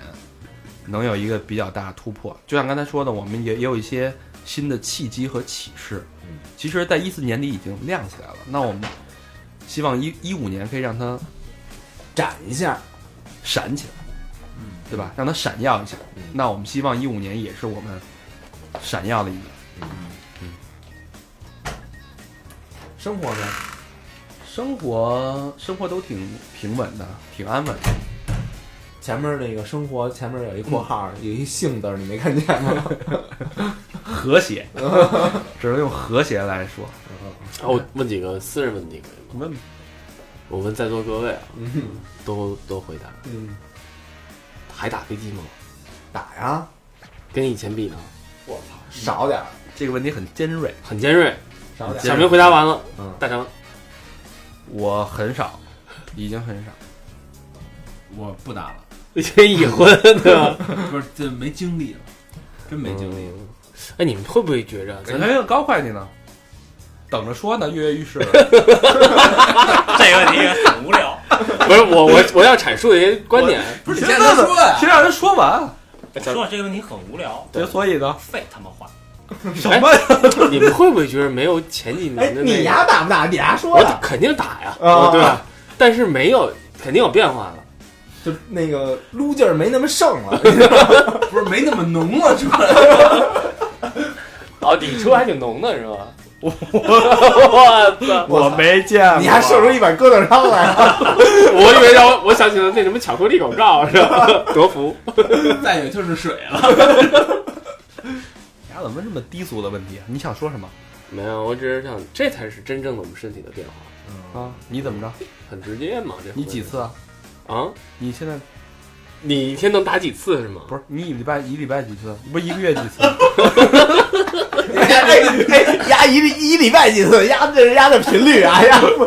能有一个比较大的突破。就像刚才说的，我们也也有一些新的契机和启示。
嗯，
其实，在一四年底已经亮起来了。那我们希望一一五年可以让它
展一下，
闪起来，对吧？让它闪耀一下。那我们希望一五年也是我们闪耀的一年。
生活呢？
生活生活都挺平稳的，挺安稳的。
前面那个生活前面有一括号，有一性字儿，你没看见吗？
和 谐，只能用和谐来说。
啊，我问几个私人问题可以吗？
问吧
我问在座各位啊，
嗯
都都回答，
嗯，
还打飞机吗？
打呀，
跟以前比呢，
少点儿，
这个问题很尖锐，
很尖锐。
少点
小
儿。
明回答完了，
嗯
大成
我很少，已经很少。
我不打了，
以前已婚对吧？
不是这没精力了，真没精力了。
嗯。哎，你们会不会觉着咱
咱还有高会计呢，等着说呢，跃跃欲试。了。
这个问题很无 聊。
不是我我我要阐述一个观 点？
不是，现在说呀，
先让人说完。
我说这个问题很无聊，
就所以呢，
废他妈话。
什么呀？
哎你们会不会觉得没有前几
哎
年，的那
你
个？
丫打不打？你丫说
我
的，
肯定打呀，
啊
对吧？但是没有，肯定有变化了。
就那个撸劲儿没那么盛了。
不是没那么浓了，主要
哦，你车还挺浓的是吧？ 我操！
我没见过。
你还
啊
射出一碗疙瘩汤来了？
我以为让我我想起了那什么巧克力口罩是 吧？德芙。
再有就是水了。
你丫怎么问这么低俗的问题啊？你想说什么
没有，我只是想，这才是真正的我们身体的变化，
啊？你怎么着？
很直接嘛。这
你几次啊？
啊？
你现在
你一天能打几次是吗？
不是你一礼拜一礼拜几次？不是一个月 几次？
哎哎，丫一 一礼拜几次？丫这是丫的频率啊，丫不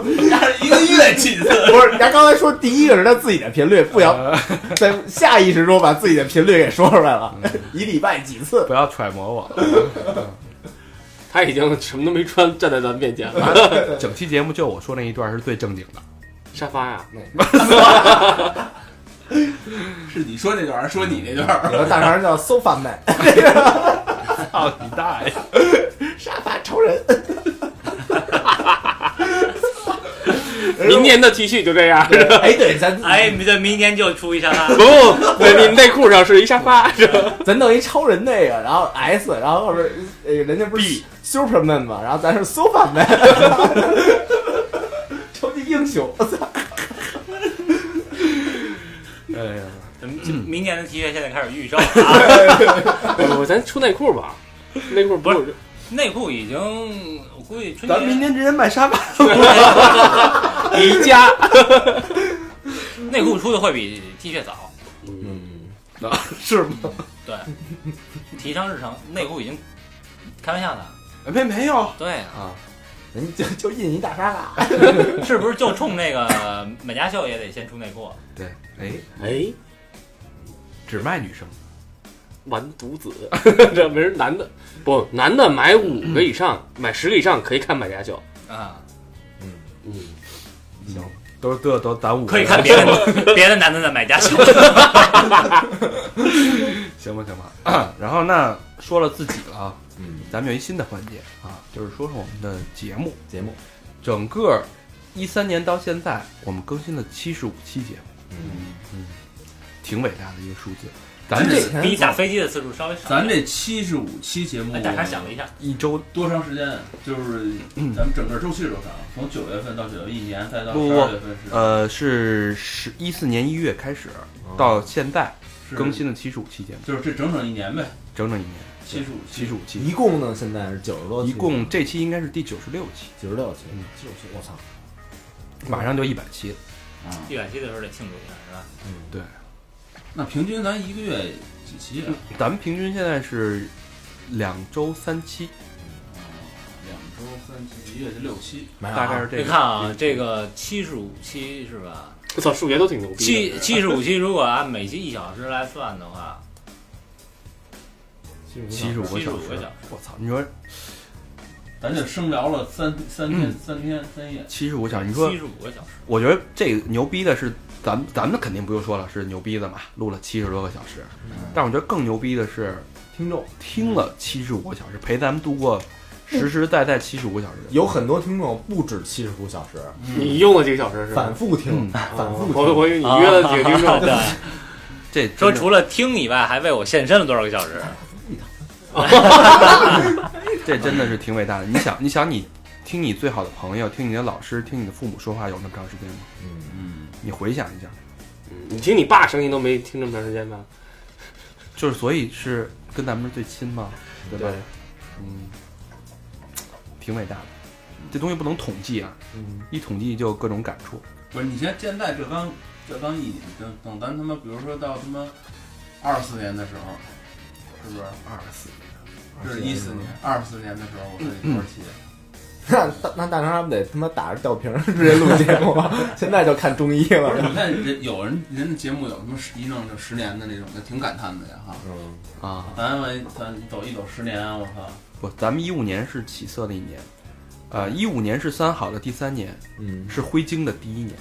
一个月几次？
不是，丫刚才说第一个是他自己的频率，不要
呃
在下意识中把自己的频率给说出来了。 一礼拜几次？
不要揣摩我。
他已经什么都没穿，站在咱们面 前了。
整期节目就我说那一段是最正经的。
沙发呀、
是你说这段儿，说你那段儿，
有个大肠叫 sofa man，
操哦你大爷！
沙发超 人。
明年的 T 恤就这样。
哎，对，咱
哎，你这明年就出一啊沙发
不，对你内裤上是一沙发，是吧？
咱弄一超人那个，然后 S，然后后边呃人家不是 Superman 嘛，然后咱是 Sofa Man，超级英雄，我操！
哎呀，
嗯明年的 T 恤现在开始预兆了啊，
不不，咱出内裤吧，内裤不是
内裤已经，我估计春
咱们明
节
天直接卖沙发。
宜家。
内裤出的会比 T 恤早。
嗯，
是吗？
对，提倡日常，内裤已经开玩笑的。
没没有，
对，啊
人就就印一大沙发，
是不是就冲那个 美家秀也得先出内裤？
对，哎，
哎，
只卖女生，
完犊子， 这没人男的不男的买五个以上，买十个以上可以看买家秀。
啊，
嗯，
都都都咱五个
可以看别 的别的男的的买家 秀。
行吧行吧。 然后那说了自己了，啊
嗯，
咱们有一新的环节啊，就是说说我们的节目，
节目，
整个一三年到现在，我们更新了七十五期节目，
嗯，
挺伟大的一个数字。咱 们
真是
这
比打飞机的次数稍微少。
咱这七十五期节目
哎，，大家想了一下，
一周
多长时间啊？ 就是
嗯
咱们整个周期是多长？从九月份到九月一年，再到
不
十
不
二月份是
呃是十一四年一月开始到现在
是
更，新了七十五期节目，
就是这整整一年呗，
整整一年
嗯
七十五
七十五期，
一共呢现在是九十多期，
一共这期应该是第九十六期，
九十六期
嗯，
九十六期，我操！
马上就一百期了。
啊，
一百期的时候得庆祝一下，是吧？
对，
那平均咱一个月几期啊？
嗯
咱们平均现在是两周三期，
两周三期，一个月就六期。
没有
大概是这
你
个。
看啊，这个七十五期是吧？
我操，数学都挺牛逼
七
的。
七十五期如果按每期一小时来算的话，
七十五个
七十
小
五个
时
小，时，
我操！你说
咱就生聊了三三天、
嗯
三天三夜，
七十五小时，你说
七十五个小时，
我觉得这个牛逼的是咱们咱们肯定不用说了，是牛逼的嘛，录了七十多个小时。但我觉得更牛逼的是
听众
听了七十五个小时，陪咱们度过实实在在七十五个小时。
有很多听众不止七十五小时，
嗯你用了几个小时是吧
反？复听，啊嗯
哦
反复啊
我
听。
我以为你约了几个 听众，
对。
这
说
真的
除了听以外，还为我献身了多少个小时？
这真的是挺伟大的。你想，你想你听你最好的朋友、听你的老师、听你的父母说话有那么长时间吗？
嗯，
嗯，
你回想一下，
嗯你听你爸声音都没听这么长时间吧？
就是所以是跟咱们是最亲嘛，对吧？嗯，挺伟大的。这东西不能统计啊，
嗯，
一统计就各种感触。
不是你现现在这刚这刚一年，等等咱他妈，比如说到他妈二四年的时候，是不是？
二十四，嗯
这是一四年，二四年的时候我们多少期？
那大那大肠不得他妈打着吊瓶儿直接录节目啊？现在就看中医
不是，
了。
你看人有人人家节目有什么十一弄就十年的那种的，挺感叹的呀哈。
嗯，
啊，
咱们咱走一走十年，啊我操！
不，咱们一五年是起色的一年，呃，一五年是三好的第三年，
嗯，
是灰鲸的第一年。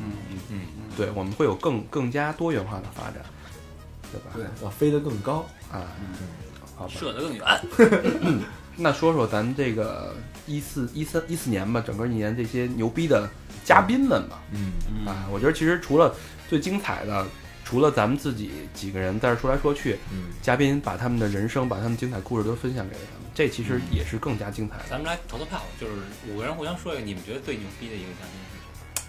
嗯嗯
对，我们会有更更加多元化的发展，对吧？
对嗯
要飞得更高。
啊，好吧。
射得更远。
那说说咱们这个一四一三一四年吧，整个一年这些牛逼的嘉宾们吧。
嗯，
嗯
啊，我觉得其实除了最精彩的，除了咱们自己几个人在这说来说去，
嗯，
嘉宾把他们的人生、把他们精彩故事都分享给了咱们，这其
嗯
实也是更加精彩的。
咱们来投投票，就是五个人互相说一个，你们觉得最牛逼的一个嘉宾是谁？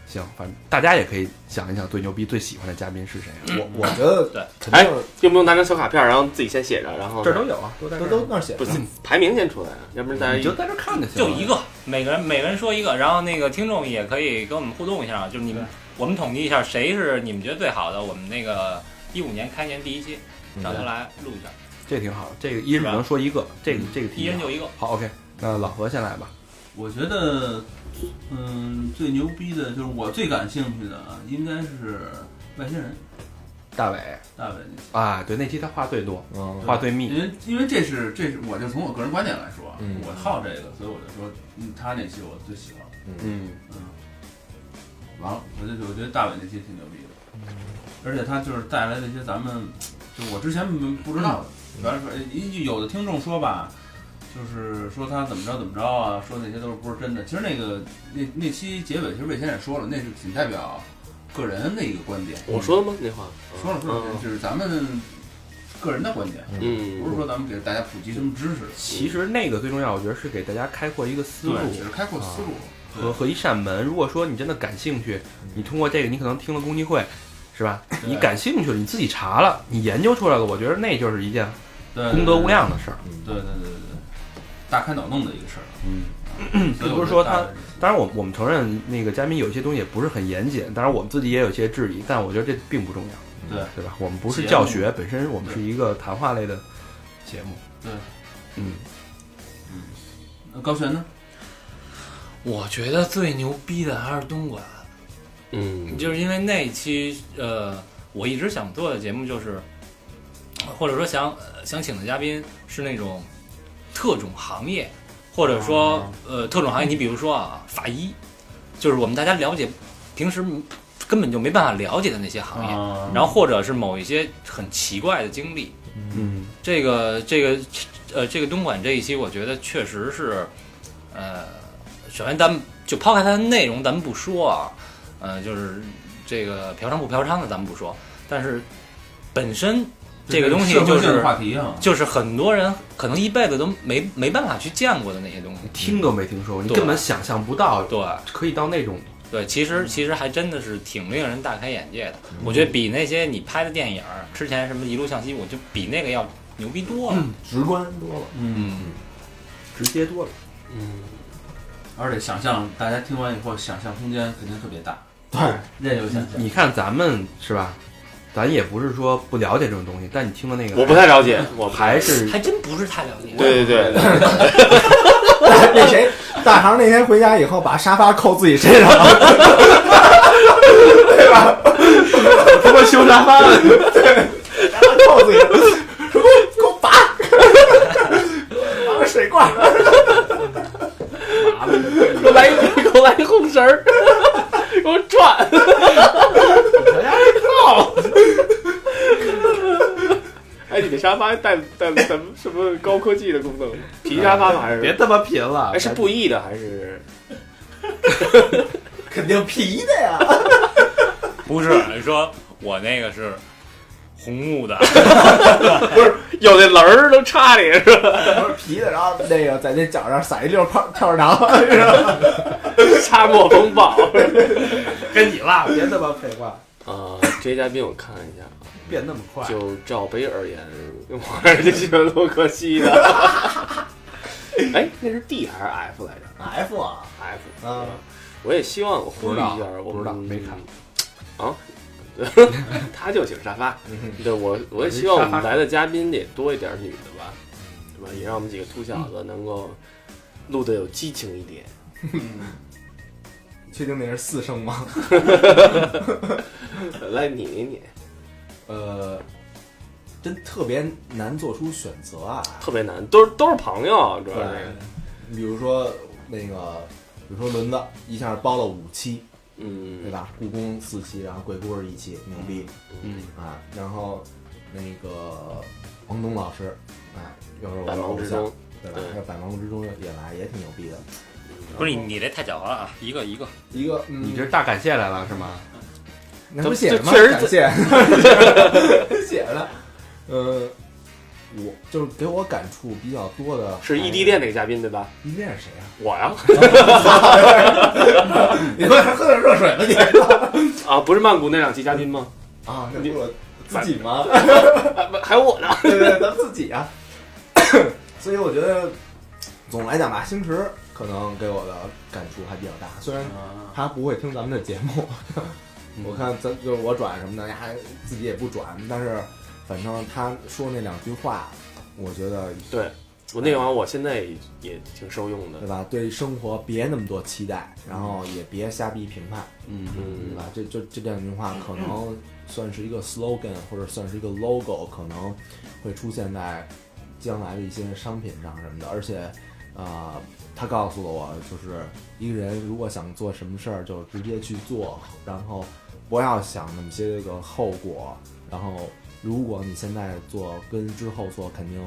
行，反正大家也可以想一想最牛逼、最喜欢的嘉宾是谁啊、
我我觉得
对
肯定是
用不用拿张小卡片，然后自己先写着，然后
这儿都有啊，都在
这
这
都
儿
那儿写
不
着
是
呢。
排名先出来，啊要不然大家
你就在这儿看就行
就
了。
一个，每个人每个人说一个，然后那个听众也可以跟我们互动一下，啊就是你们我们统计一下谁是你们觉得最好的，我们那个一五年开年第一期找他来录一下，
这挺好，这个一人只能说一个，这个这个题
一人就一个。
好 OK。那老何先来吧，
我觉得，嗯，最牛逼的就是我最感兴趣的啊，应该是外星人
大伟
大卫那期，
啊，对，那期他话最多，
嗯，
话最密，
因为因为这是这是我就从我个人观点来说啊，
嗯
我好这个，所以我就说，嗯，他那期我最喜欢。
嗯，
完了，我就我觉得大伟那期挺牛逼的，而且他就是带来那些咱们，就我之前不知道的，原来说哎有的听众说吧，就是说他怎么着怎么着啊，说那些都是不是真的。其实那个那那期结尾，其实魏先生也说了，那是仅代表个人的一个观点。
我说了吗？那话
说了说了，就是咱们个人的观点，
嗯，
不是说咱们给大家普及什么知识，
其实那个最重要，我觉得是给大家开阔一个思路
对，只是开阔思路。
啊和和一扇门。如果说你真的感兴趣，你通过这个，你可能听了公益会，是吧？
对
你感兴趣了，你自己查了，你研究出来了，我觉得那就是一件
对
功德无。量的事儿。
嗯
对对对对对对，大开脑洞的一个事儿。嗯，所以
并不
我
是
觉
说
得
他
大伟
当然我，我们承认那个嘉宾有些东西也不是很严谨，当然我们自己也有些质疑，但我觉得这并不重要，
对。
对吧？我们不是教学本身，我们是
对
一个谈话类的节目。
对，
嗯，
那呃高璇呢？
我觉得最牛逼的还是东莞，
嗯，
就是因为那一期呃，我一直想做的节目就是，或者说想呃想请的嘉宾是那种特种行业，或者说呃特种行业，你比如说啊法医，就是我们大家了解平时根本就没办法了解的那些行业，
啊
然后或者是某一些很奇怪的经历，
嗯，
这个这个呃，这个东莞这一期，我觉得确实是，呃，首先咱们就抛开它的内容，咱们不说啊，呃，就是这个嫖娼不嫖娼的，咱们不说，但是本身这个东西
社
就
会性的
是
话题啊，
就是很多人可能一辈子都没没办法去见过的那些东西，
你听都没听说过，你
对
根本想象不到，
对。
可以到那种
对，其实其实还真的是挺令人大开眼界的。
嗯
我觉得比那些你拍的电影儿，之前什么《一路向西》，我就比那个要牛逼多了。
直观多了。
嗯，
直接多了。
嗯，
而且想象，大家听完以后想象空间肯定特别大。任由想象。
你看咱们是吧？咱也不是说不了解这种东西，但你听了那个，
我不太了解，我不
还
嗯
是
还真不是太了解。
对对对，
那谁，大航那天回家以后把沙发扣自己身上 了，
他妈修沙发了，
沙发扣自己，给我给我拔，拔个水罐。
给我来一给我来一红绳儿， 给我转， 哎，你的沙发带带带什么高科技的功能吗？皮沙发吗？还是
别他妈贫了
哎，，是布艺的还是？
肯定皮的呀，
不是说我那个是红木的，
有那棱儿都插里是吧？
不是皮的，然后那个在那脚上撒一溜泡泡儿糖，是吧？
插过风 暴
跟你了，别他妈废话，
啊！这些嘉宾我看了一下，
变那么快，
就罩杯而言，我还是觉得洛克希的。 哎，那是 D 还是 F 来着
F 啊，
？F
啊，
我也希望我呼吁一下，我
不知道
们
没看
啊。他就请沙发，
嗯
对我我也希望我们来的嘉宾也多一点女的吧，对吧？也让我们几个秃小子能够录的有激情一点。
确定那是四声吗？
来，你你
呃，真特别难做出选择啊。
特别难，都是都是朋友，主要
对
是，
比如说那个，比如说轮子一下包了五期，
嗯，
对吧？故宫四期，然后鬼故事一期，牛逼
嗯，
啊！然后那个王东老师，啊，又是我
百
的
忙
偶
之
像
中，，
对吧
对？
还有百忙之中也来，也挺牛逼的。
不是你你这太狡猾了啊！一个一个，
一个，嗯
你这大感谢来了是吗？
那不写着吗？
这确实
感谢， 写着呢。呃，我就是给我感触比较多的
是异地。恋那个嘉宾对吧？
异地恋是谁啊？
我呀，
你快喝点热水吧你。
啊，不是曼谷那两期嘉宾吗？
啊，那不是我自己吗？
啊不还有我呢。
对对，咱自己啊。 所以我觉得，总来讲吧，星驰可能给我的感触还比较大，虽然他不会听咱们的节目，我看咱就是我转什么的，还自己也不转，但是反正他说那两句话，我觉得
对我那个玩意儿，我现在也也挺受用的
对。吧？对生活别那么多期待，然后也别瞎逼评判，对
嗯
吧，？这这这两句话可能算是一个 slogan 或者算是一个 logo，可能会出现在将来的一些商品上什么的。而且，呃，他告诉了我，就是一个人如果想做什么事儿，就直接去做，然后不要想那么些个后果。然后，如果你现在做跟之后做，肯定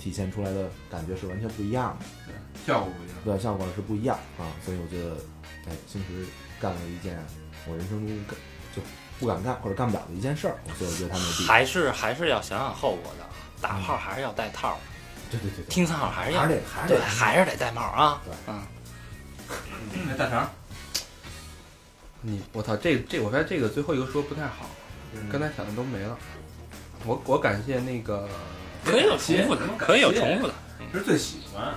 体现出来的感觉是完全不一样的。
效果不一样。
对，效果是不一样啊，所以我觉得，哎，星驰干了一件我人生中干就不敢干或者干不了的一件事儿，所以我觉得他牛逼。
还是还是要想想后果的。打炮还是要带套，
对对对对，
听号还是要
还是得还是
对，
得
还是得戴帽啊。
哎，大肠，
你我操，这这我发现这个最后一个说不太好，
嗯
刚才想的都没了。我我感谢那个，
可以有重复的，可以有重复的。
其实最喜欢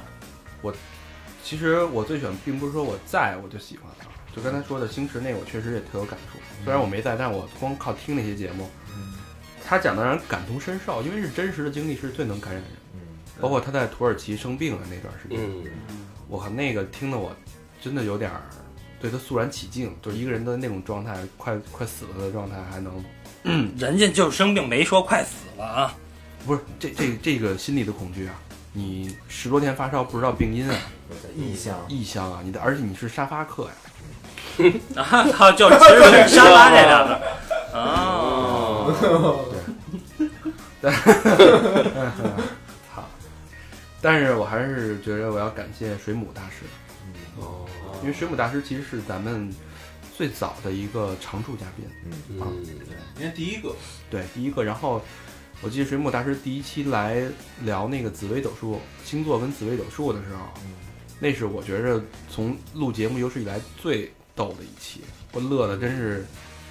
其实我最喜欢并不是说我在我就喜欢了，就刚才说的星驰那个，我确实也特有感触。虽然我没在，但我光靠听那些节目，
嗯
他讲的让人感同身受，因为是真实的经历是最能感染人。
嗯，
包括他在土耳其生病的那段时间，
嗯，
我靠，那个听得我真的有点儿对他肃然起敬，就是一个人的那种状态，快快死了的状态，还能
人家就是生病，没说快死了 啊。
不是这这这个心理的恐惧啊！你十多天发烧不知道病因啊，
异乡
异乡啊，你的而且你是沙发客呀、
啊，靠，就其实是沙发这两 个。哦，
哦，
操！但是我还是觉得我要感谢水母大师，
嗯
哦
因为水母大师其实是咱们最早的一个常驻嘉宾，
嗯，
因为第一个
对，第一个。然后我记得水母大师第一期来聊那个紫微斗数星座跟紫微斗数的时候，那是我觉着从录节目有史以来最逗的一期，我乐的真是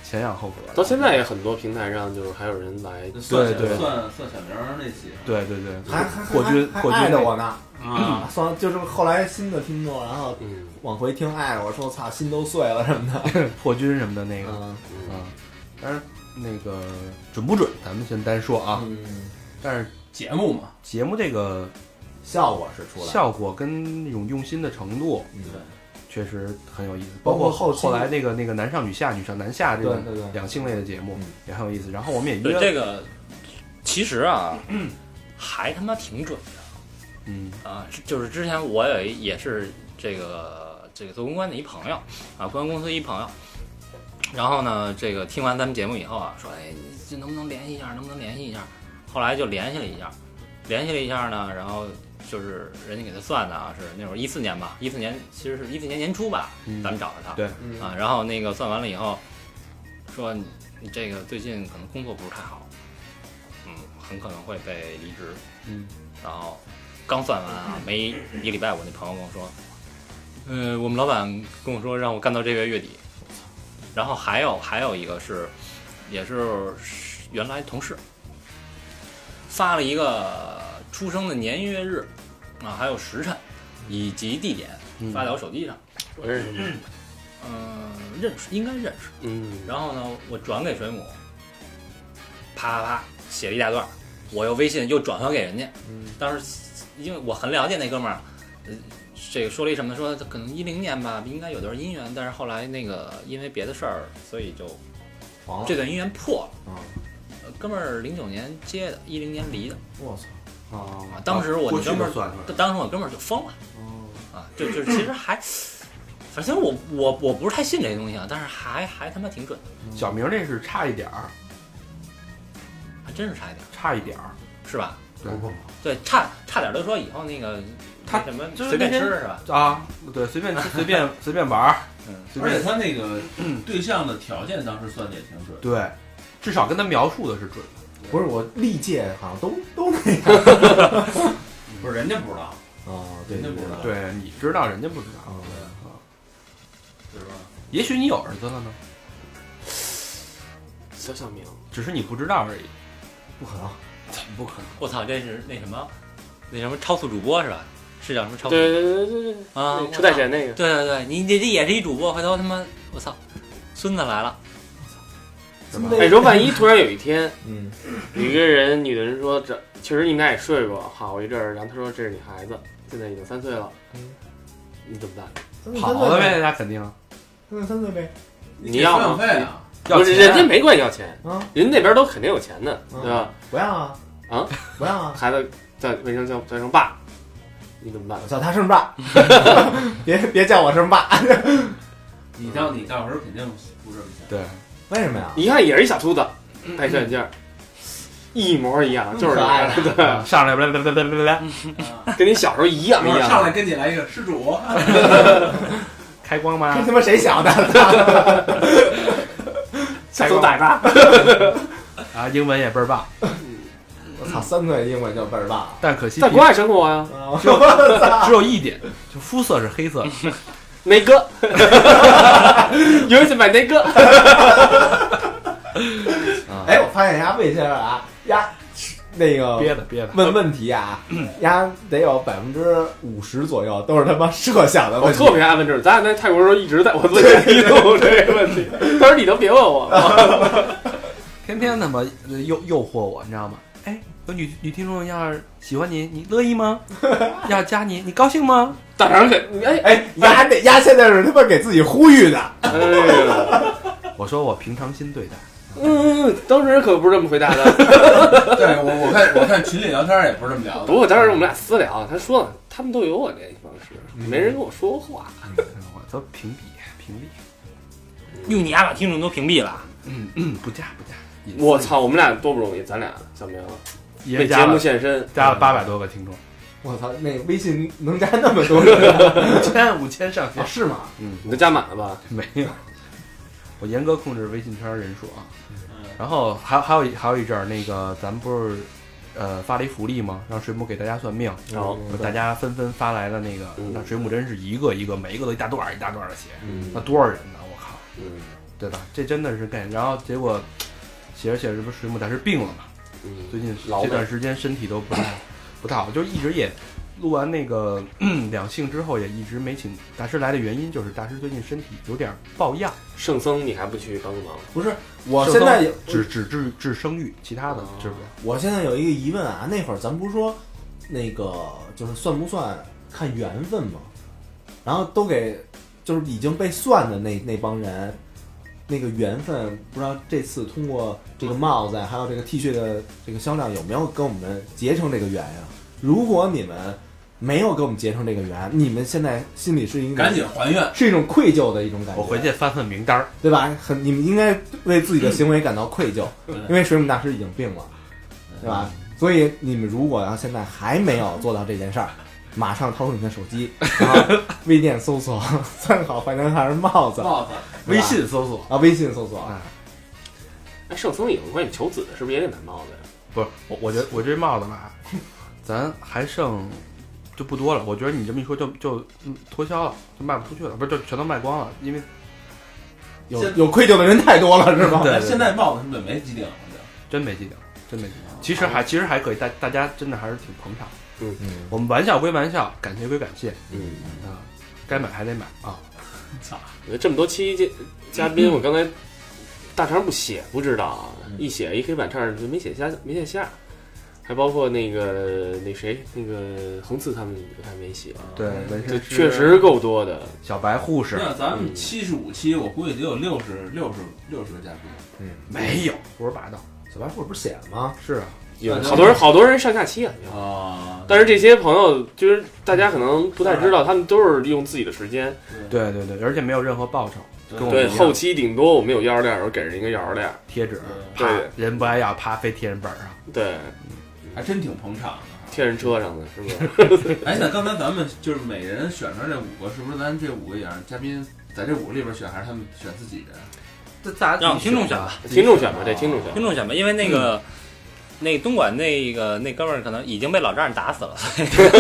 前仰后合。
到现在也很多平台上就是还有人来，
算
对对
算算小名儿那期，
对对对，
还还
火炬
还
火炬
还爱着
那
我呢。
啊，
算就是后来新的听众，然后
嗯，
往回听爱着我说操心都碎了什么的。
破军什么的那个，
嗯
啊
嗯，但是那个准不准，咱们先单说啊。
嗯，
但是
节目嘛，
节目这个
效果是出来了，
效果跟那种用心的程度，
嗯
确实很有意思。
包
包
括
括
后期
后来那个那个男上女下、女上男下这
对
种
对对，
两性类的节目
嗯
也很有意思。然后我们也
对
约，
这个，其实啊，还他妈挺准的
嗯
啊！就是之前我有一也是这个这个做公关的一朋友啊，公关公司一朋友，然后呢，这个听完咱们节目以后啊，说哎，你这能不能联系一下？能不能联系一下？后来就联系了一下，联系了一下呢，然后就是人家给他算的啊，是那会儿一四年吧，一四年其实是一四年年初吧，
嗯
咱们找着他，
对
嗯
啊，然后那个算完了以后，说你你这个最近可能工作不是太好，嗯，很可能会被离职。
嗯，
然后刚算完啊，没一个礼拜，我那朋友跟我说，呃，我们老板跟我说让我干到这个月底。然后还有还有一个是，也是原来同事发了一个出生的年月日啊，还有时辰以及地点
嗯
发在我手机上，
我认识，
嗯、认识应该认识。
嗯，
然后呢，我转给水母，啪啪啪写了一大段儿，我又微信又转发给人家。
嗯
当时因为我很了解那哥们儿，呃，这个说了一什么，说可能一零年吧，应该有段姻缘，但是后来那个因为别的事儿，所以就
黄了
这段姻缘破了。
啊！
呃哥们儿零九年接的，一零年离的。
我操！
啊当时我
哦过
那
去
哥们
就
儿，
算出来了，
当时我哥们儿就疯了
哦
啊！就就其实还，反正我我我不是太信这些东西啊，但是还还他妈挺准的，
小明这是差一点儿，
还真是差一点儿，
差一点儿。
是吧？
对
对，差差点都说以后那个
他
那什么
就是
随便
那
吃
天
是吧？
啊，对，随便随便随便玩儿，
嗯
随
而且
便
他那个 对象的条件当时算的也挺准，
对，至少跟他描述的是准的。
不是我历届好像都都那样
不是人家不知道，
啊，对
那
对
不知道
对，
对，哦你知道，人家不知道。
啊，
是吧？
也许你有儿子了呢，
小小明，
只是你不知道而已。
不可能，
不可能，
我操，这是那什么，那什么超速主播是吧？是叫什么超速
对对对对对，
啊？我
那
操
车太贤那个，
对对对，你你这也是一主播，回头他妈我操，孙子来了，
是吧？
哎，说万一突然有一天，
嗯，
有一个人，女的人说这其实应该也睡过好一阵儿，然后她说这是你孩子，现在已经三岁了，
嗯
你怎么办？
跑了呗，，那肯定
三岁三岁呗，
你要
赡养
吗？
费啊？
要
不是
钱
人家没管你要钱，
啊，
人那边都肯定有钱的，对吧？
不要啊，
啊，
不要啊，
孩子在卫生叫叫声爸，你怎么办
我？叫他声爸， 别别叫我声爸，
你到你到时候肯定不这么想。
对，
为什么呀？
你一看也是一小秃子，戴小眼镜儿，一模一样，就是
可爱的
你，
嗯
啊上来来来来来来来，
跟你小时候一样一
我上来
样。
跟你来一个施主，
开光
这
吗？
他妈谁想的？
下手打吧。
嗯
啊，英文也倍儿棒，
我操，三岁英文就倍儿棒啊！
但可惜
在国外生活啊呀，
我操，
只有一点，就肤色是黑色的。
雷哥， 有一次买雷哥，
哎，我发现丫魏先生啊，丫那个
憋的憋的，
问问题啊，丫得有百分之五十左右都是他妈设想的
我
问题
特。别爱问这种。咱俩在泰国的时候一直在我自己提出这个问题，他说你都别问我，
天天他妈呃诱诱惑我，你知道吗？哎，有女女听众要是喜欢你，你乐意吗？ 要加你，你高兴吗？
大肠给你哎
哎，丫得丫现在是他妈给自己呼吁的，
哎呦，
我说我平常心对待，
嗯，当时可不是这么回答的。
对我我看我看群里聊天也不是这么聊的。
不过当时我们俩私聊，他说了，他们都有我联系方式，没人跟我说话。
嗯我都屏蔽屏蔽，
用你丫把听众都屏蔽了，
嗯嗯，不加不加，隐私
我操，我们俩多不容易，咱俩小明
也
为
加
节目
了
献身，
加了八百多个听众，
我操，那微信能加那么多 人？
五千五千上
啊
线，
是吗？
嗯，
你都加满了吧？
没有，我严格控制微信圈人数啊。
嗯
然后还还有一还有一阵儿，那个咱们不是呃发了一福利吗？让水母给大家算命，
然后，
大家纷纷发来的那个
哦嗯，
那水母真是一个一个，每一个都一大段儿一大段的写，
嗯
那多少人呢？我靠！
嗯，
对吧？这真的是干。然后结果写着写着，这不水母大师病了嘛？
嗯，
最近
老
这段时间身体都不太不太好，就一直也录完那个嗯两性之后，也一直没请大师来的原因，就是大师最近身体有点抱恙，
圣僧你还不去帮个忙？
不是，我
圣
现在
僧
有，
只只治治生育，其他的
哦
治不了。
我现在有一个疑问啊，那会儿咱不是说那个就是算不算看缘分吗？然后都给就是已经被算的那那帮人，那个缘分不知道这次通过这个帽子啊还有这个 T 恤的这个销量有没有跟我们结成这个缘呀、如果你们没有跟我们结成这个缘，你们现在心里是应该
赶紧还愿。
是一种愧疚的一种感觉。
我回去翻翻名单儿，
对吧？很，你们应该为自己的行为感到愧疚，
嗯
因为水母大师已经病了，对吧？所以你们如果要现在还没有做到这件事儿，马上掏出你的手机，然后微店搜索“三好坏男孩帽子
帽子，”，
对
微
吧
信搜索。
啊，微信搜索
啊
哎，圣僧以后关你求子是不是也得买帽子呀？
不是我，我觉得我这帽子吧，咱还剩就不多了。我觉得你这么一说就，就嗯脱销了，就卖不出去了，不是就全都卖光了，因为
有
现
有愧疚的人太多了，是吧？
对对对
现在帽子是不是也没几顶？好像
真没几顶，真没几顶。其实还其实还可以，大大家真的还是挺捧场。
嗯，
我们玩笑归玩笑，感谢归感谢
嗯，
啊，该买还得买啊。
我觉得这么多期嘉嘉宾，我刚才大肠不写不知道啊，一写一黑板唱就没写下，没写下，还包括那个那谁那个横刺他们还没写，
对，纹
这
身师
确实够多的。
小白护士
嗯那咱
嗯
们七十五期，我估计得有六十六十六十个嘉宾。
没有胡说八道。
嗯小白嗯兔不是写了吗？
是啊，
有
那就
好多人，好多人上下期啊。
啊，
但是这些朋友，就是大家可能不太知道，他们都是用自己的时间。
对对对，而且没有任何报酬，
对
跟我们
对，
一样
后期顶多我们有幺二六，我给人一个幺二六。
贴纸，啪
对，
人不爱要，啪非贴人本儿上。
对，
还真挺捧场的。
贴人车上的是不是？
哎，那刚才咱们就是每人选出来这五个，是不是咱这五个也让嘉宾在这五个里边选，还是他们选自己人？
这大
让听众选吧，
听众选吧，这听众选吧
听。众选吧，因为那个、那东莞那个那哥们儿可能已经被老丈人打 死了，所以来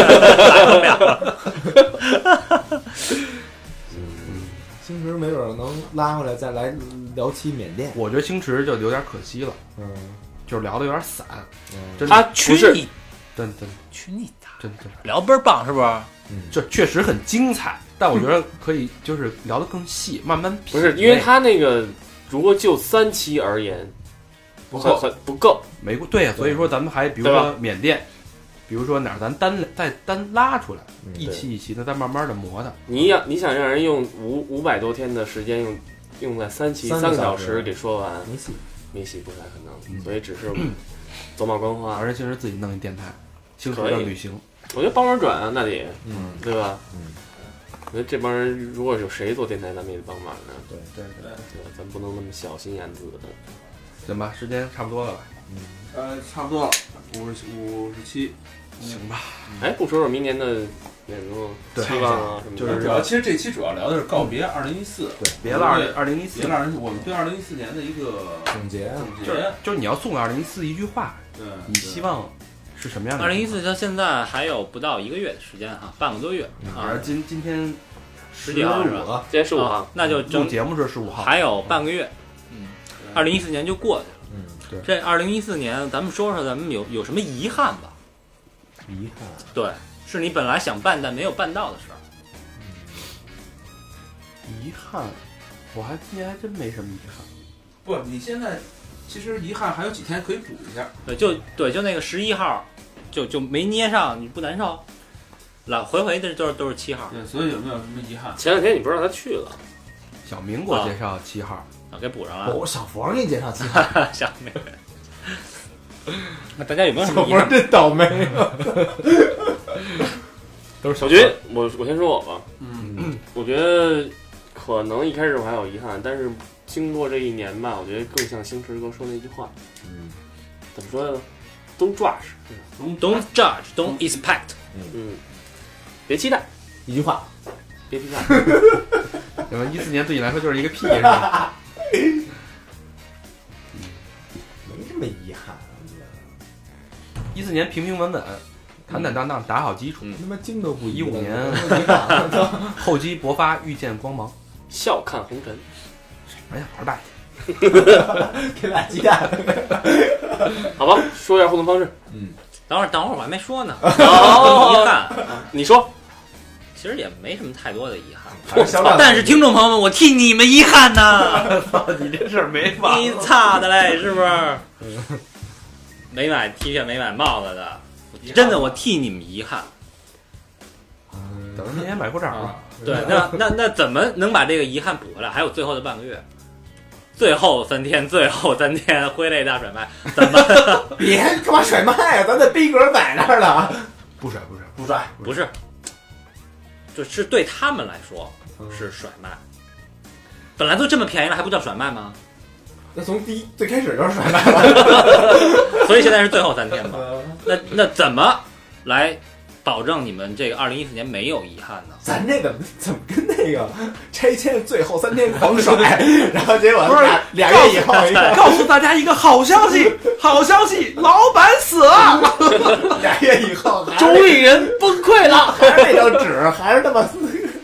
不了了。
嗯
星驰没准儿能拉回来再来聊期缅甸。
我觉得星驰就有点可惜了，
嗯
就是聊的有点散，
嗯
真的
他
不
去
是
你
真真
去你的，
真真，
聊倍儿棒是不是？
嗯，
这确实很精彩，但我觉得可以就是聊得更细，慢慢品
不
味
是，因为他那个如果就三期而言，
不
算
够，
算不够。
没过对呀，啊所以说咱们还比如
对吧
说缅甸，比如说哪儿咱单再单拉出来，
嗯
一期一期的再慢慢的磨它。
你想你想让人用五五百多天的时间用用在三期
三
三
个小
个小
时
时给说完，
没戏。
没戏不太可能，所以只是走马观花
而。且星驰自己弄一电台，星驰
可以
的旅行，
我觉得帮忙转啊，那得
嗯，
对吧？
嗯，
我觉得这帮人如果有谁做电台，咱们也得帮忙啊。
对对对，
对吧，咱不能那么小心眼子的。
行吧，时间差不多了吧？
呃，差不多了，五十五十七。
行吧，
哎，不说说明年的那什么
对
希望啊什么的，
就是
主要其实这期主要聊的是告别二零一四，
别了二二零一四
别，二零，我们对二零一四年的一个
总结啊。
总结
就是。就是你要送给二零一四一句话，
嗯对，
你希望是什么样的？
二零一，四到现在还有不到一个月的时间哈、半个多月
反
啊
正，今今天十
几号是吧
了，
今天嗯十五
啊
号，嗯
那就
录
整
节目是十五号，
还有半个月，嗯，二零一四年就过去了。
嗯，对，
这二零一四年，咱们说说咱们有有什么遗憾吧？
遗憾。
对，是你本来想办但没有办到的事儿。
遗憾，我还今年还真没什么遗憾。
不，你现在其实遗憾还有几天可以补一下。
对，就对，就那个十一号，就就没捏上，你不难受？来回回的都是都是七号，
对，所以有没有什么遗憾？
前两天你不知道他去了，
小明给我介绍七号，
啊，给补上了。
我哦小佛给你介绍其他
下面， 那大家有没有什么
小
遗
佛
憾？
真倒霉。
都是
小军，我我先说我吧，
嗯，
我觉得可能一开始我还有遗憾，但是经过这一年吧，我觉得更像星驰哥说那句话，
嗯
怎么说呢？Don't rush，
Don't judge, don't expect。
嗯，别期待，
一句话，
别期 待，
你们一四年对你来说就是一个屁，是吧？
没什么遗憾。啊我觉得
一四年平平稳稳，坦坦荡荡打好基
嗯
础，
他妈经都不
15年
没遗憾
厚积薄发，遇见光芒。
笑看红尘。
哎呀，玩蛋
给俩鸡 蛋，
好吧，说一下互动方式。
等会儿，等会儿，我还没 说呢。 遗
哦，
憾，
你说，
其实也没什么太多的遗憾。
反正小两
但是听众朋友们，我替你们遗憾呐！
你这事儿没法
你擦的嘞，是不是？没买 T 恤，没买帽子的，真的，我替你们遗憾。
嗯等着明年买裤
啊
衩吧。
对，那那那怎么能把这个遗憾补回来？还有最后的半个月，最后三天，最后三天挥泪大甩卖，怎 么
别干嘛甩卖啊？咱在逼格摆那儿了啊，不甩不甩不甩，
不是？就是对他们来说
嗯
是甩卖，本来都这么便宜了，还不叫甩卖吗？
那从第一最开始就是甩卖 了。嗯
所以现在是最后三天嘛。那那怎么来保证你们这个二零一四年没有遗憾呢？
咱这个怎么跟那个拆迁最后三天狂甩，然后结果
不是
俩俩月以后一看，
告诉大家一个好消息，好消息，老板死了，
俩月以后还是
主理人崩溃了。
还是那张纸，还是他妈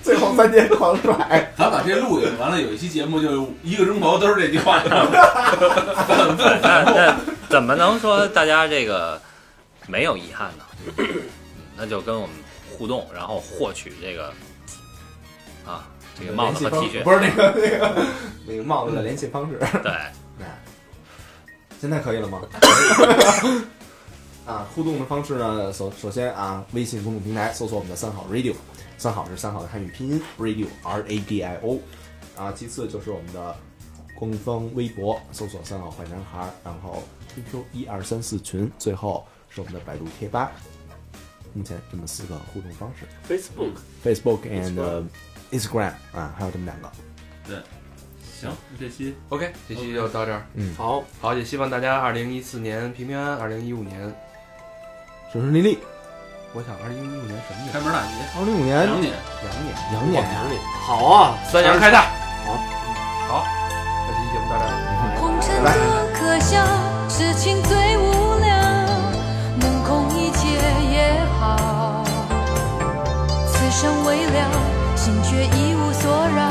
最后三天狂甩，
咱把这录影完了，有一期节目就一个钟头都是这句话。
那那怎么能说大家这个没有遗憾呢？嗯那就跟我们互动，然后获取这个啊这个帽子和 T 恤，
不是那个那个那个帽子的联系方式，
对，
现在可以了 吗？啊，互动的方式呢，首首先啊，微信公众平台搜索我们的三好 radio，三好是三好的汉语拼音 radio r a d i o，啊，其次就是我们的官方微博搜索三好坏男孩，然后 QQ 一二三四群，最后是我们的百度贴吧。目前这么四个互动方式
Facebook，
，Facebook and、Instagram 啊，还有这么两个。
行，这期
OK，这期就到这儿。
好，
好，也希望大家二零一四年平平安安，二零一五年，
顺顺利利，
我想二零一五年什么年？
开门大吉，
二零一五
两
年
年。
羊年，
羊年啊，
你好啊，
三羊开泰。
好，
好，那这期节目到这儿。
红尘多可笑，痴情最无聊，能空一切也好。此生未了，心却一无所扰。